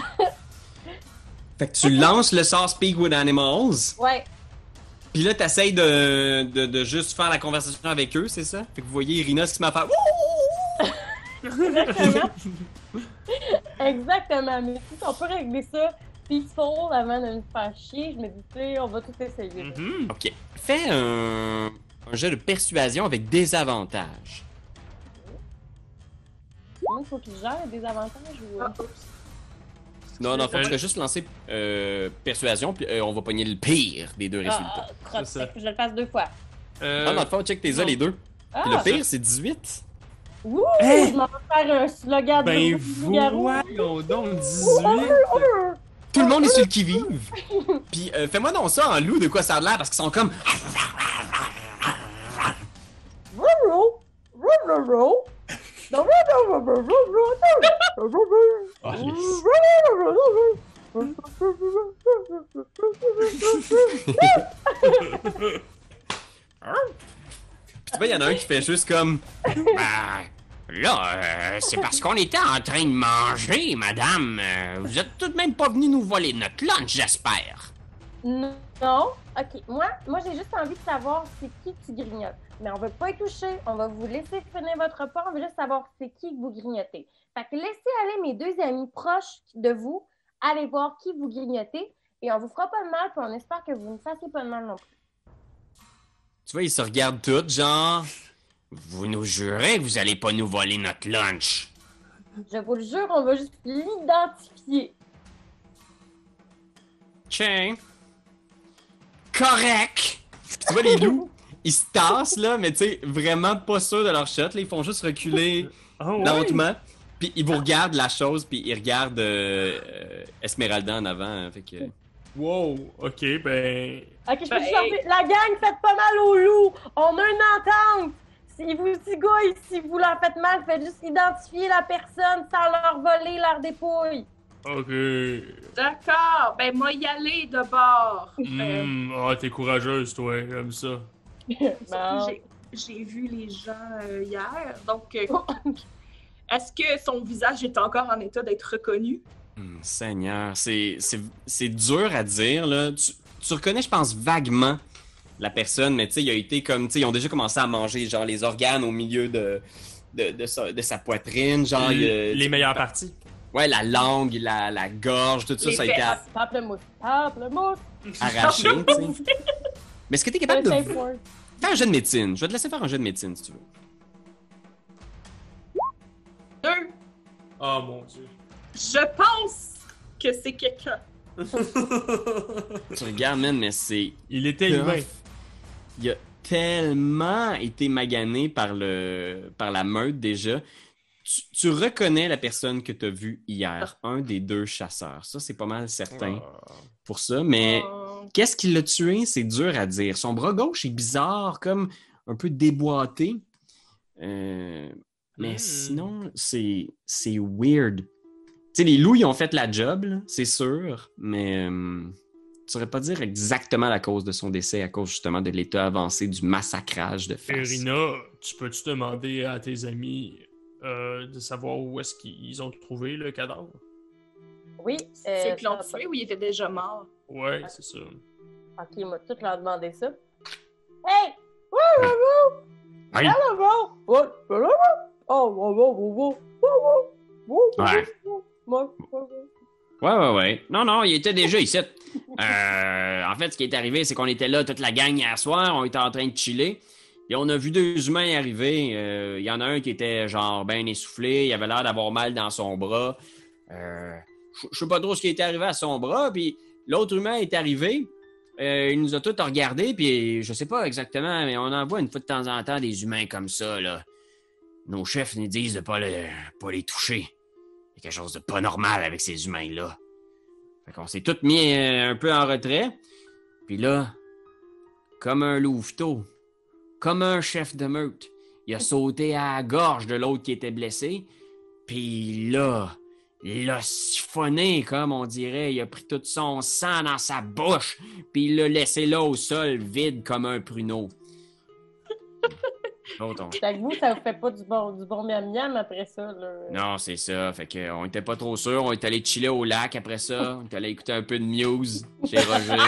[SPEAKER 1] fait que tu lances le sort Speak with Animals,
[SPEAKER 5] Ouais.
[SPEAKER 1] puis là, t'essayes de, de, de juste faire la conversation avec eux, c'est ça? Fait que vous voyez Irina, ce qui m'a fait.
[SPEAKER 5] Exactement. Exactement. Mais si on peut régler ça peaceful avant de nous faire chier, je me dis, tu sais, on va tout essayer. là.
[SPEAKER 2] Mhm.
[SPEAKER 1] Ok. Fais un, un jeu de persuasion avec des avantages.
[SPEAKER 5] Comment il faut qu'il gère des avantages ou. euh?
[SPEAKER 4] Ah, oups.
[SPEAKER 1] Non, non, faut que
[SPEAKER 2] Euh,
[SPEAKER 1] tu fasses juste lancer euh, persuasion, puis euh, on va pogner le pire des deux résultats.
[SPEAKER 5] Ah, crotte,
[SPEAKER 2] C'est ça.
[SPEAKER 5] fait que je le fasse deux fois.
[SPEAKER 2] Euh,
[SPEAKER 1] Ah, Non, dans le fond, check tes uns
[SPEAKER 2] non.
[SPEAKER 1] les deux.
[SPEAKER 5] Ah!
[SPEAKER 1] Puis le pire, c'est 18.
[SPEAKER 5] Ouh! Je m'en vais faire un slogan
[SPEAKER 2] ben
[SPEAKER 5] de loup garou.
[SPEAKER 2] voyons donc, 18!
[SPEAKER 1] Tout le monde est sur le qui-vive. Puis euh, fais-moi donc ça en loup de quoi ça a l'air, parce qu'ils sont comme.
[SPEAKER 5] Rourou! Rourou! Non, rourou, rourou, rourou, rourou, rourou, rourou.
[SPEAKER 6] Ah, les-
[SPEAKER 1] Puis tu vois, il y en a un qui fait juste comme. Ben, là, euh, c'est parce qu'on était en train de manger, madame. Euh, Vous êtes tout de même pas venu nous voler notre lunch, j'espère.
[SPEAKER 5] Non, ok. Moi, moi j'ai juste envie de savoir c'est qui qui grignote. Mais on va pas y toucher. On va vous laisser finir votre repas. On veut juste savoir c'est qui que vous grignotez. Fait que laissez aller mes deux amis proches de vous. Allez voir qui vous grignotez. Et on vous fera pas de mal. Puis on espère que vous ne fassiez pas de mal non plus.
[SPEAKER 1] Tu vois, ils se regardent tous, genre. Vous nous jurez que vous allez pas nous voler notre lunch.
[SPEAKER 5] Je vous le jure, on va juste l'identifier.
[SPEAKER 1] Tiens. Correct. Puis tu vois les loups, ils se tassent là, mais tu sais, vraiment pas sûrs de leur shot. Là, ils font juste reculer
[SPEAKER 2] Oh,
[SPEAKER 1] lentement. Puis ils vous regardent la chose, puis ils regardent euh, euh, Esmeralda en avant. hein, fait que...
[SPEAKER 2] Wow, ok, ben.
[SPEAKER 5] Ok, je peux
[SPEAKER 4] Ben,
[SPEAKER 5] juste chanter. La gang, faites pas mal aux loups. On a une entente. Si vous cigouillent, si vous leur faites mal, faites juste identifier la personne sans leur voler leur dépouille.
[SPEAKER 2] Ok.
[SPEAKER 4] D'accord, ben moi y aller de bord. Euh,
[SPEAKER 2] Hmm, Ah, t'es courageuse, toi, comme ça.
[SPEAKER 5] Bon.
[SPEAKER 4] j'ai- J'ai vu les gens euh, hier, donc euh, est-ce que son visage est encore en état d'être reconnu?
[SPEAKER 1] Hum, Seigneur, c'est c'est- c'est dur à dire. Là. Tu, tu reconnais, je pense, vaguement la personne, mais tu sais, il a été comme. tu sais, Ils ont déjà commencé à manger genre les organes au milieu de, de, de sa, de sa poitrine. Genre, il,
[SPEAKER 2] les
[SPEAKER 1] euh,
[SPEAKER 2] les meilleures parties.
[SPEAKER 1] Ouais, la langue, la, la gorge, tout ça,
[SPEAKER 4] Les
[SPEAKER 1] ça a été
[SPEAKER 4] fesses.
[SPEAKER 1] a-
[SPEAKER 5] Pamplemousse, pamplemousse,
[SPEAKER 1] arraché. tu sais. Mais est-ce que t'es capable de
[SPEAKER 5] un
[SPEAKER 1] faire
[SPEAKER 5] word.
[SPEAKER 1] un jeu de médecine? Je vais te laisser faire un jeu de médecine si tu veux.
[SPEAKER 4] Deux,
[SPEAKER 2] Oh mon dieu.
[SPEAKER 4] je pense que c'est quelqu'un.
[SPEAKER 1] Tu regardes, man, mais c'est
[SPEAKER 2] Il était
[SPEAKER 1] Tough.
[SPEAKER 2] humain.
[SPEAKER 1] Il a tellement été magané par, le, par la meute déjà. Tu, tu reconnais la personne que tu as vue hier, un des deux chasseurs. Ça, c'est pas mal certain
[SPEAKER 2] Ah.
[SPEAKER 1] pour ça. Mais
[SPEAKER 4] Euh,
[SPEAKER 1] qu'est-ce qui l'a tué? C'est dur à dire. Son bras gauche est bizarre, comme un peu déboîté. Euh, Mais
[SPEAKER 2] Hmm.
[SPEAKER 1] sinon, c'est c'est weird. Tu sais, les loups, ils ont fait la job, là, c'est sûr, mais euh, tu saurais pas dire exactement la cause de son décès à cause justement de l'état avancé du massacrage de face.
[SPEAKER 2] Irina, tu peux-tu demander à tes amis euh, de savoir où est-ce qu'ils ont trouvé le cadavre?
[SPEAKER 5] Oui.
[SPEAKER 4] C'est
[SPEAKER 5] euh,
[SPEAKER 4] qu'ils l'ont
[SPEAKER 5] ça-
[SPEAKER 4] tué ou il était déjà mort?
[SPEAKER 2] Ouais, c'est ça.
[SPEAKER 5] Ok, il m'a tout leur demandé ça. Hey! Wouh, wouh, wouh!
[SPEAKER 1] Hey!
[SPEAKER 5] Hello, bro! What? Hello, bro! Oh, wouh, wouh, wouh, wouh! Wouh, wouh! Wouh,
[SPEAKER 1] Ouais.
[SPEAKER 5] wouh, wouh, wouh, wouh.
[SPEAKER 1] Ouais, ouais, ouais. Non, non, il était déjà ici. Euh, en fait, ce qui est arrivé, c'est qu'on était là, toute la gang hier soir, on était en train de chiller. Et on a vu deux humains arriver. Euh, Il y en a un qui était genre ben essoufflé, il avait l'air d'avoir mal dans son bras. Euh, je- je sais pas trop ce qui était arrivé à son bras. Puis l'autre humain est arrivé. Euh, il nous a tous regardés, puis je sais pas exactement, mais on en voit une fois de temps en temps des humains comme ça, là. Nos chefs nous disent de pas, le- pas les toucher. Il y a quelque chose de pas normal avec ces humains-là. Fait qu'on s'est tous mis euh, un peu en retrait. Puis là, comme un louveteau, comme un chef de meute, il a sauté à la gorge de l'autre qui était blessé. Puis là, il l'a siphonné, comme on dirait. Il a pris tout son sang dans sa bouche. Puis il l'a laissé là au sol, vide comme un pruneau. L'autre, on-
[SPEAKER 5] Fait que vous, ça vous fait pas du bon, du bon miam miam après ça, là.
[SPEAKER 1] non, c'est ça. Fait que, euh, on était pas trop sûrs. On est allé chiller au lac après ça. On est allé écouter un peu de Muse chez Roger.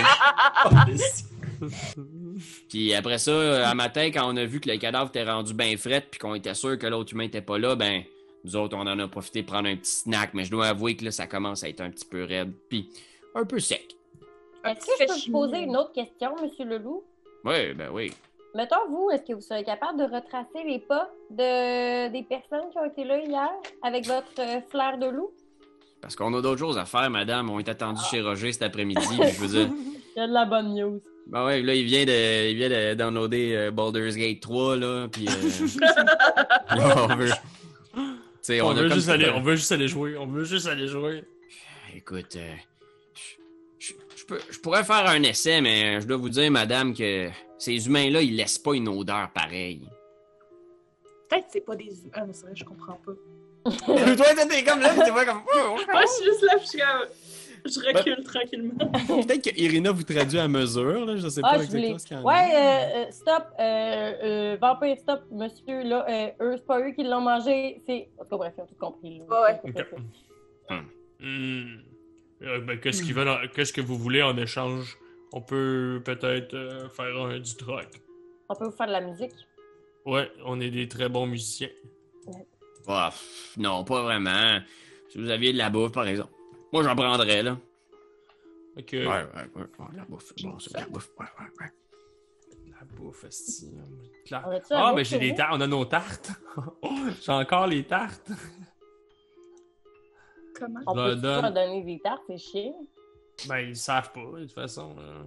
[SPEAKER 1] puis après ça, euh, à matin, quand on a vu que le cadavre était rendu bien fret puis qu'on était sûr que l'autre humain était pas là, ben, nous autres, on en a profité pour prendre un petit snack. Mais je dois avouer que là, ça commence à être un petit peu raide. Puis un peu sec.
[SPEAKER 5] Est-ce que je peux vous poser une autre question, Monsieur Leloup?
[SPEAKER 1] Oui, ben oui.
[SPEAKER 5] Mettons, vous, est-ce que vous serez capable de retracer les pas de... des personnes qui ont été là hier avec votre euh, flair de loup?
[SPEAKER 1] Parce qu'on a d'autres choses à faire, madame. On est attendu chez Roger cet après-midi. puis je veux dire,
[SPEAKER 5] Il y a de la bonne news.
[SPEAKER 1] ben ouais, là, il vient de, il vient de downloader euh, Baldur's Gate 3, là. Puis. euh, Là, on veut. Tu sais,
[SPEAKER 2] on,
[SPEAKER 1] on, a
[SPEAKER 2] veut
[SPEAKER 1] comme
[SPEAKER 2] juste
[SPEAKER 1] tout
[SPEAKER 2] aller,
[SPEAKER 1] un-
[SPEAKER 2] on veut juste aller jouer. On veut juste aller jouer.
[SPEAKER 1] Écoute, euh, je, je- je peux- je pourrais faire un essai, mais je dois vous dire, madame, que ces humains-là, ils laissent pas une odeur pareille.
[SPEAKER 4] Peut-être que c'est pas des humains, on dirait, je comprends pas.
[SPEAKER 1] Toi, t'es comme là, tu vois comme. oh,
[SPEAKER 4] Moi, je suis juste là, je suis comme- Je
[SPEAKER 2] Ben,
[SPEAKER 4] recule tranquillement.
[SPEAKER 1] Peut-être que Irina vous traduit à mesure, là, je sais
[SPEAKER 5] Ah, je voulais. Ouais, euh, euh, stop, euh, euh, vampire, stop, monsieur, là, euh, eux, c'est pas eux qui l'ont mangé, c'est. En tout cas, bref, ils ont tout compris. là.
[SPEAKER 4] Ouais.
[SPEAKER 5] C'est ça.
[SPEAKER 2] Hmm. Euh, ben, qu'est-ce qu'ils veulent en- Qu'est-ce que vous voulez en échange? On peut peut-être euh, faire un, du troc.
[SPEAKER 5] On peut vous faire de la musique.
[SPEAKER 2] Ouais, on est des très bons musiciens.
[SPEAKER 1] Ah, pff, non, pas vraiment. Si vous aviez de la bouffe, par exemple. Moi, j'en prendrais, là.
[SPEAKER 2] Ok.
[SPEAKER 1] Ouais, ouais, ouais. ouais, de la bouffe. c'est Bon, c'est de la bouffe. Ouais, ouais, ouais.
[SPEAKER 2] La bouffe, esti.
[SPEAKER 5] On a-tu un
[SPEAKER 2] Ah,
[SPEAKER 5] mot
[SPEAKER 2] ben
[SPEAKER 5] chez
[SPEAKER 2] j'ai des
[SPEAKER 5] vous?
[SPEAKER 2] tartes. On a nos tartes. j'ai encore les tartes.
[SPEAKER 4] Comment?
[SPEAKER 5] On
[SPEAKER 2] leur
[SPEAKER 5] peut
[SPEAKER 2] donne.
[SPEAKER 5] leur donner des tartes, c'est chier.
[SPEAKER 2] Ben, ils savent pas, de toute façon. là.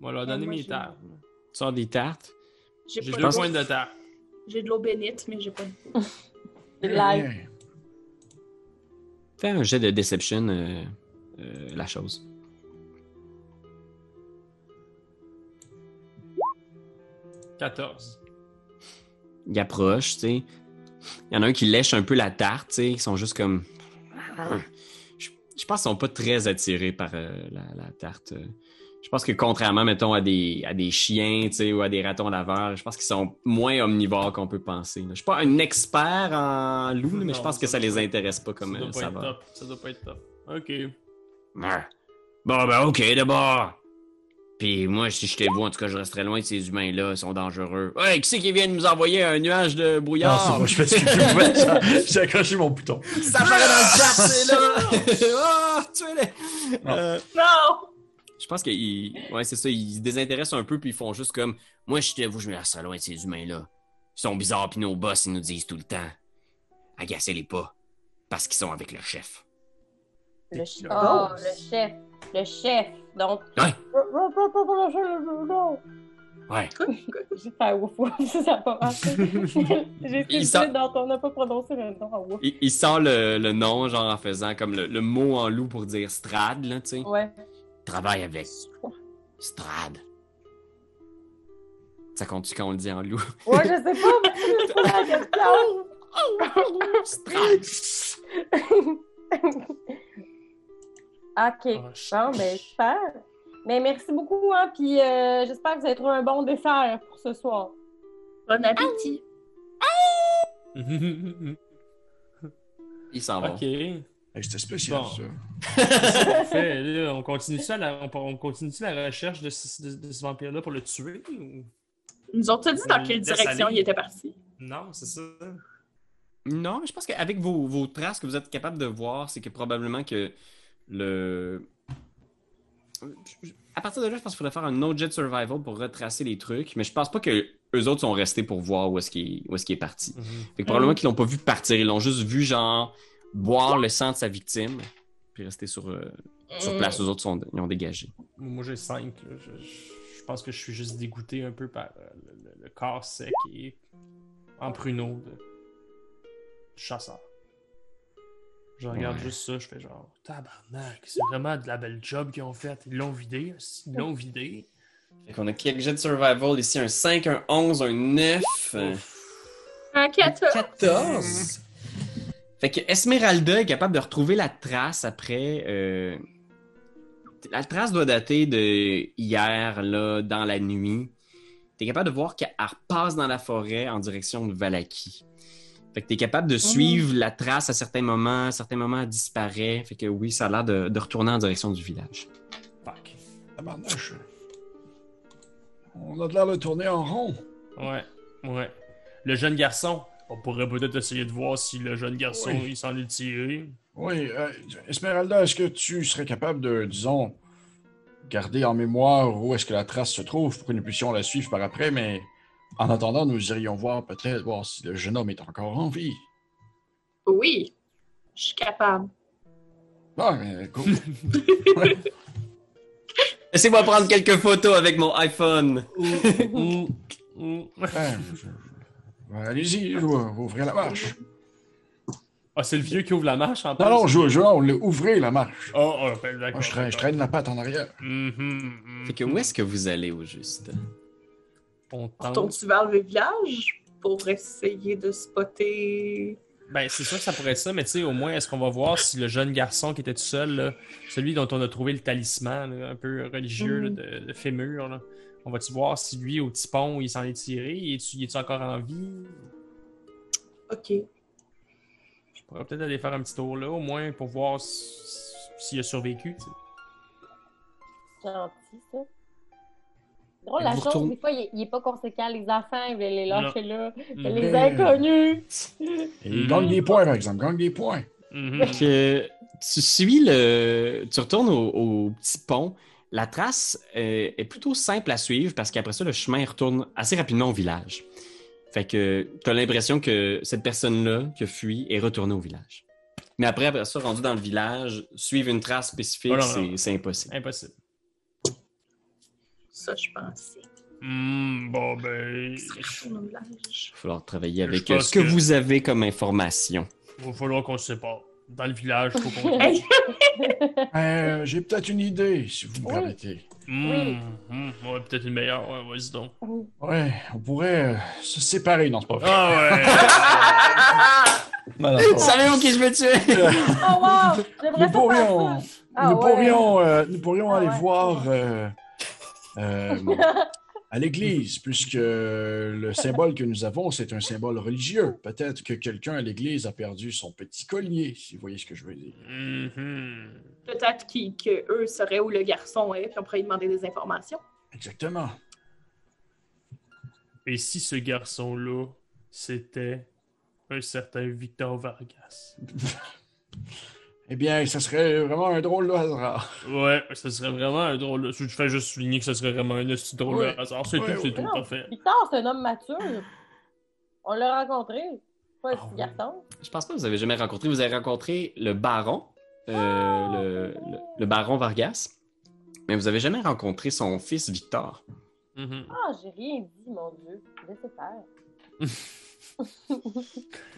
[SPEAKER 2] Moi, leur
[SPEAKER 4] Ben,
[SPEAKER 2] donner
[SPEAKER 4] moi,
[SPEAKER 2] mes
[SPEAKER 4] j'ai-
[SPEAKER 2] tartes.
[SPEAKER 1] Tu sors des tartes.
[SPEAKER 4] J'ai
[SPEAKER 2] J'ai
[SPEAKER 4] pas
[SPEAKER 2] deux
[SPEAKER 4] d'eau-
[SPEAKER 2] points de tarte.
[SPEAKER 4] J'ai de l'eau bénite, mais j'ai pas de...
[SPEAKER 5] C'est live.
[SPEAKER 3] Ouais.
[SPEAKER 1] Fais un jet de deception, euh, euh, la chose.
[SPEAKER 2] J'ai 14.
[SPEAKER 1] il approche, tu sais. Il y en a un qui lèche un peu la tarte, tu sais. Ils sont juste comme. hein. Je, je pense qu'ils sont pas très attirés par euh, la, la tarte. euh. Je pense que contrairement, mettons, à des, à des chiens, tu sais, ou à des ratons laveurs, je pense qu'ils sont moins omnivores qu'on peut penser. là. Je suis pas un expert en loup, là, mais je
[SPEAKER 2] Non,
[SPEAKER 1] pense que
[SPEAKER 2] ça
[SPEAKER 1] ça
[SPEAKER 2] doit
[SPEAKER 1] les
[SPEAKER 2] pas-
[SPEAKER 1] intéresse pas comme
[SPEAKER 2] ça doit
[SPEAKER 1] euh,
[SPEAKER 2] pas être
[SPEAKER 1] saveur.
[SPEAKER 2] top. Ça doit pas être top. Ok.
[SPEAKER 1] Ouais. Bon, ben, ok, d'abord. Puis moi, si j'étais vous, en tout cas, je resterais loin de ces humains-là. Ils sont dangereux. Ouais, qui c'est qui vient de nous envoyer un nuage de
[SPEAKER 6] Non,
[SPEAKER 1] brouillard?
[SPEAKER 6] c'est moi, je fais ce que je pouvais. J'ai- J'ai accroché mon bouton.
[SPEAKER 1] Ça apparaît dans le chat, c'est là! oh, tuez-les!
[SPEAKER 6] Non.
[SPEAKER 1] Euh,
[SPEAKER 4] Non!
[SPEAKER 1] je pense qu'ils. Ouais, c'est ça, ils se désintéressent un peu, puis ils font juste comme. Moi, je te vous, je me laisse loin de ces humains-là. Ils sont bizarres, puis nos boss, ils nous disent tout le temps. Agacez-les pas, parce qu'ils sont avec le chef.
[SPEAKER 5] Le,
[SPEAKER 2] T'es
[SPEAKER 5] ch-
[SPEAKER 2] qui,
[SPEAKER 5] oh,
[SPEAKER 2] là?
[SPEAKER 5] le chef. Le chef. Donc.
[SPEAKER 1] euh, Ouais. Ouais.
[SPEAKER 5] J'ai fait un ouf ouf, ça a pas marché. J'ai fait
[SPEAKER 1] Il
[SPEAKER 5] le
[SPEAKER 1] sort-
[SPEAKER 5] truc dont on n'a pas prononcé le nom en ouf.
[SPEAKER 1] Il, il sort le, le nom, genre en faisant comme le, le mot en loup pour dire Strad, là, tu sais.
[SPEAKER 5] Ouais.
[SPEAKER 1] Travaille avec Strad. Ça compte-tu quand on le dit en loup?
[SPEAKER 5] Ouais, je sais pas, mais c'est pas la question.
[SPEAKER 2] Ah,
[SPEAKER 5] ok. Bon, ben, super. Mais merci beaucoup, hein, puis euh, j'espère que vous avez trouvé un bon dessert pour ce soir.
[SPEAKER 4] Bon appétit.
[SPEAKER 1] Il s'en va.
[SPEAKER 2] ok.
[SPEAKER 3] Hey, C'était spécial,
[SPEAKER 2] Bon.
[SPEAKER 3] ça.
[SPEAKER 2] Fait, là, on continue ça, la, on, on continue la recherche de, ce- de- de ce vampire-là pour le tuer ou
[SPEAKER 4] Ils nous ont dit dans
[SPEAKER 2] Il
[SPEAKER 4] quelle
[SPEAKER 2] laisse
[SPEAKER 4] direction
[SPEAKER 2] aller.
[SPEAKER 4] il était parti.
[SPEAKER 2] non C'est ça.
[SPEAKER 1] Non, je pense qu'avec vos, vos traces ce que vous êtes capable de voir, c'est que probablement que le. À partir de là, je pense qu'il faudrait faire un autre jet de survival pour retracer les trucs, mais je pense pas que eux autres sont restés pour voir où est-ce qu'il est, est parti.
[SPEAKER 2] Mhm.
[SPEAKER 1] Fait que probablement qu'ils l'ont pas vu partir, ils l'ont juste vu, genre, boire le sang de sa victime, puis rester sur, euh, sur
[SPEAKER 4] Mm.
[SPEAKER 1] place. Eux autres sont, ils ont dégagé.
[SPEAKER 2] Moi j'ai 5. Je, je- je pense que je suis juste dégoûté un peu par euh, le, le- le corps sec et en pruneau de du chasseur. Je regarde
[SPEAKER 1] Ouais.
[SPEAKER 2] juste ça, je fais genre tabarnak, c'est vraiment de la belle job qu'ils ont faite. Ils l'ont vidé, ils l'ont vidé.
[SPEAKER 1] Fait qu'on a quelques jets de survival ici, un 5, un 11, un 9. euh,
[SPEAKER 4] En 14.
[SPEAKER 1] 14. Fait que Esmeralda est capable de retrouver la trace après. euh, La trace doit dater de hier, là, dans la nuit. T'es capable de voir qu'elle repasse dans la forêt en direction de Valaki. Fait que t'es capable de suivre la trace à certains moments, à certains moments elle disparaît. Fait que oui, ça a l'air de, de retourner en direction du village.
[SPEAKER 2] Fuck.
[SPEAKER 3] Tabarnache. On a de l'air de tourner en rond.
[SPEAKER 2] Ouais, ouais. Le jeune garçon, on pourrait peut-être essayer de voir si le jeune garçon
[SPEAKER 3] Oui.
[SPEAKER 2] il s'en est tiré.
[SPEAKER 3] Oui, euh, Esmeralda, est-ce que tu serais capable de, disons, garder en mémoire où est-ce que la trace se trouve pour que nous puissions la suivre par après, mais en attendant, nous irions voir peut-être voir si le jeune homme est encore en vie.
[SPEAKER 4] Oui, je suis capable.
[SPEAKER 3] Ah, mais cool.
[SPEAKER 1] Laissez-moi prendre quelques photos avec mon iPhone.
[SPEAKER 2] Ou- ou-
[SPEAKER 3] Ah, je- je- ben, Allez-y, je vais ouvrir la marche.
[SPEAKER 2] Ah, c'est le vieux qui ouvre la marche en
[SPEAKER 3] Non, non, je, je, on l'a ouvré, la marche.
[SPEAKER 2] Oh, oh, ben, d'accord.
[SPEAKER 3] Moi, je traîne, je traîne la patte en arrière.
[SPEAKER 2] Mhm, mhm.
[SPEAKER 1] Fait que où est-ce que vous allez au juste?
[SPEAKER 2] On
[SPEAKER 4] Donc,
[SPEAKER 2] tente.
[SPEAKER 4] tu vas le village pour essayer de spotter.
[SPEAKER 2] Ben, c'est sûr que ça pourrait être ça, mais tu sais, au moins, est-ce qu'on va voir si le jeune garçon qui était tout seul, là, celui dont on a trouvé le talisman, là, un peu religieux, là,
[SPEAKER 4] Mhm.
[SPEAKER 3] Mm-hmm.
[SPEAKER 2] de, de fémur, là, on va-tu voir si lui, au petit pont, il s'en est tiré? Il est-tu il est-tu encore en vie?
[SPEAKER 4] OK.
[SPEAKER 2] Je pourrais peut-être aller faire un petit tour là, au moins, pour voir si- s'il a survécu. tu sais.
[SPEAKER 5] C'est gentil, ça. Drôle, la
[SPEAKER 1] Vous
[SPEAKER 5] chose,
[SPEAKER 1] retournez-
[SPEAKER 5] des fois, il est- il est pas conséquent. Les enfants, ils veulent les lâcher là.
[SPEAKER 2] Mhm.
[SPEAKER 5] Les
[SPEAKER 3] Mhm.
[SPEAKER 5] inconnus!
[SPEAKER 3] Et il gagne des points, par exemple. Gagne des points.
[SPEAKER 2] Mhm.
[SPEAKER 1] que tu suis le. Tu retournes au, au petit pont. La trace euh, est plutôt simple à suivre parce qu'après ça, le chemin retourne assez rapidement au village. Fait que tu as l'impression que cette personne-là qui a fui est retournée au village. Mais après, après ça, rendu dans le village, suivre une trace spécifique,
[SPEAKER 2] Oh non,
[SPEAKER 1] c'est-
[SPEAKER 2] non.
[SPEAKER 1] c'est impossible.
[SPEAKER 2] Impossible.
[SPEAKER 4] Ça, je pensais.
[SPEAKER 2] Hmm, bon, ben,
[SPEAKER 4] Il serait chaud dans le village.
[SPEAKER 1] Il va falloir travailler
[SPEAKER 2] Je
[SPEAKER 1] avec euh,
[SPEAKER 2] pense
[SPEAKER 1] ce que,
[SPEAKER 2] que-
[SPEAKER 1] vous avez comme information.
[SPEAKER 2] il va falloir qu'on se sépare. Dans le village, faut qu'on.
[SPEAKER 4] Hey,
[SPEAKER 3] Euh, J'ai peut-être une idée, si vous me
[SPEAKER 5] Oui.
[SPEAKER 3] permettez.
[SPEAKER 2] Oui. Hmm, ouais, peut-être une meilleure. Ouais, vas-y donc.
[SPEAKER 3] Ouais, on pourrait euh, se séparer, non, c'est pas vrai.
[SPEAKER 2] Ah
[SPEAKER 1] Salut, ok, je me tue!
[SPEAKER 5] Oh wow! J'aimerais
[SPEAKER 3] Nous
[SPEAKER 5] pas faire
[SPEAKER 3] pourrions,
[SPEAKER 5] ça! Ah
[SPEAKER 3] nous
[SPEAKER 5] ouais.
[SPEAKER 3] pourrions, euh, nous pourrions
[SPEAKER 5] Ah
[SPEAKER 3] aller
[SPEAKER 5] ouais.
[SPEAKER 3] voir euh, euh, à l'église, puisque le symbole que nous avons, c'est un symbole religieux. Peut-être que quelqu'un à l'église a perdu son petit collier, si vous voyez ce que je veux dire.
[SPEAKER 2] ouais. Mhm.
[SPEAKER 4] Peut-être qu'eux eux seraient où le garçon est, puis on pourrait lui demander des informations.
[SPEAKER 3] Exactement.
[SPEAKER 2] Et si ce garçon-là, c'était un certain Victor Vargas?
[SPEAKER 3] Eh bien, ça serait vraiment un drôle de hasard.
[SPEAKER 2] Ouais, ce serait vraiment un drôle. de- Je fais juste souligner que ce serait vraiment un esti drôle
[SPEAKER 3] Ouais.
[SPEAKER 2] de hasard. C'est
[SPEAKER 3] Ouais,
[SPEAKER 2] tout, c'est
[SPEAKER 3] ouais.
[SPEAKER 2] tout,
[SPEAKER 5] Non,
[SPEAKER 2] parfait.
[SPEAKER 5] Victor, c'est un homme mature. On l'a rencontré. C'est Pas un
[SPEAKER 2] Ah
[SPEAKER 5] petit
[SPEAKER 2] ouais.
[SPEAKER 5] garçon.
[SPEAKER 1] Je pense pas que vous avez jamais rencontré. Vous avez rencontré le baron, euh, le, le- le baron Vargas, mais vous avez jamais rencontré son fils Victor.
[SPEAKER 2] Mhm.
[SPEAKER 5] Ah, j'ai rien dit, mon Dieu. Laissez faire.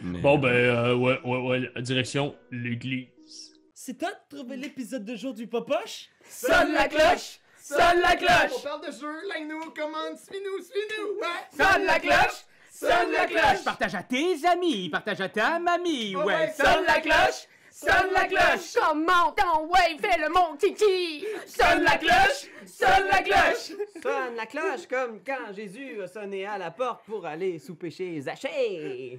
[SPEAKER 1] Mais-
[SPEAKER 2] Bon, ben, euh, ouais, ouais, ouais. Direction l'église.
[SPEAKER 7] C'est toi de trouver l'épisode de jour du Popoche?
[SPEAKER 8] Sonne la cloche! Sonne la cloche!
[SPEAKER 9] On parle de jeu, like nous commande, suis-nous, suis-nous! Ouais!
[SPEAKER 8] Sonne la cloche!
[SPEAKER 3] Sonne la cloche!
[SPEAKER 9] Partage à tes amis, partage à ta mamie,
[SPEAKER 3] Oh
[SPEAKER 9] ouais.
[SPEAKER 3] sonne la cloche! Sonne la cloche!
[SPEAKER 4] Comment ton wave fait le mon kiki?
[SPEAKER 3] Sonne la cloche! Sonne la cloche!
[SPEAKER 10] Sonne la cloche comme quand Jésus a sonné à la porte pour aller souper chez Zachée.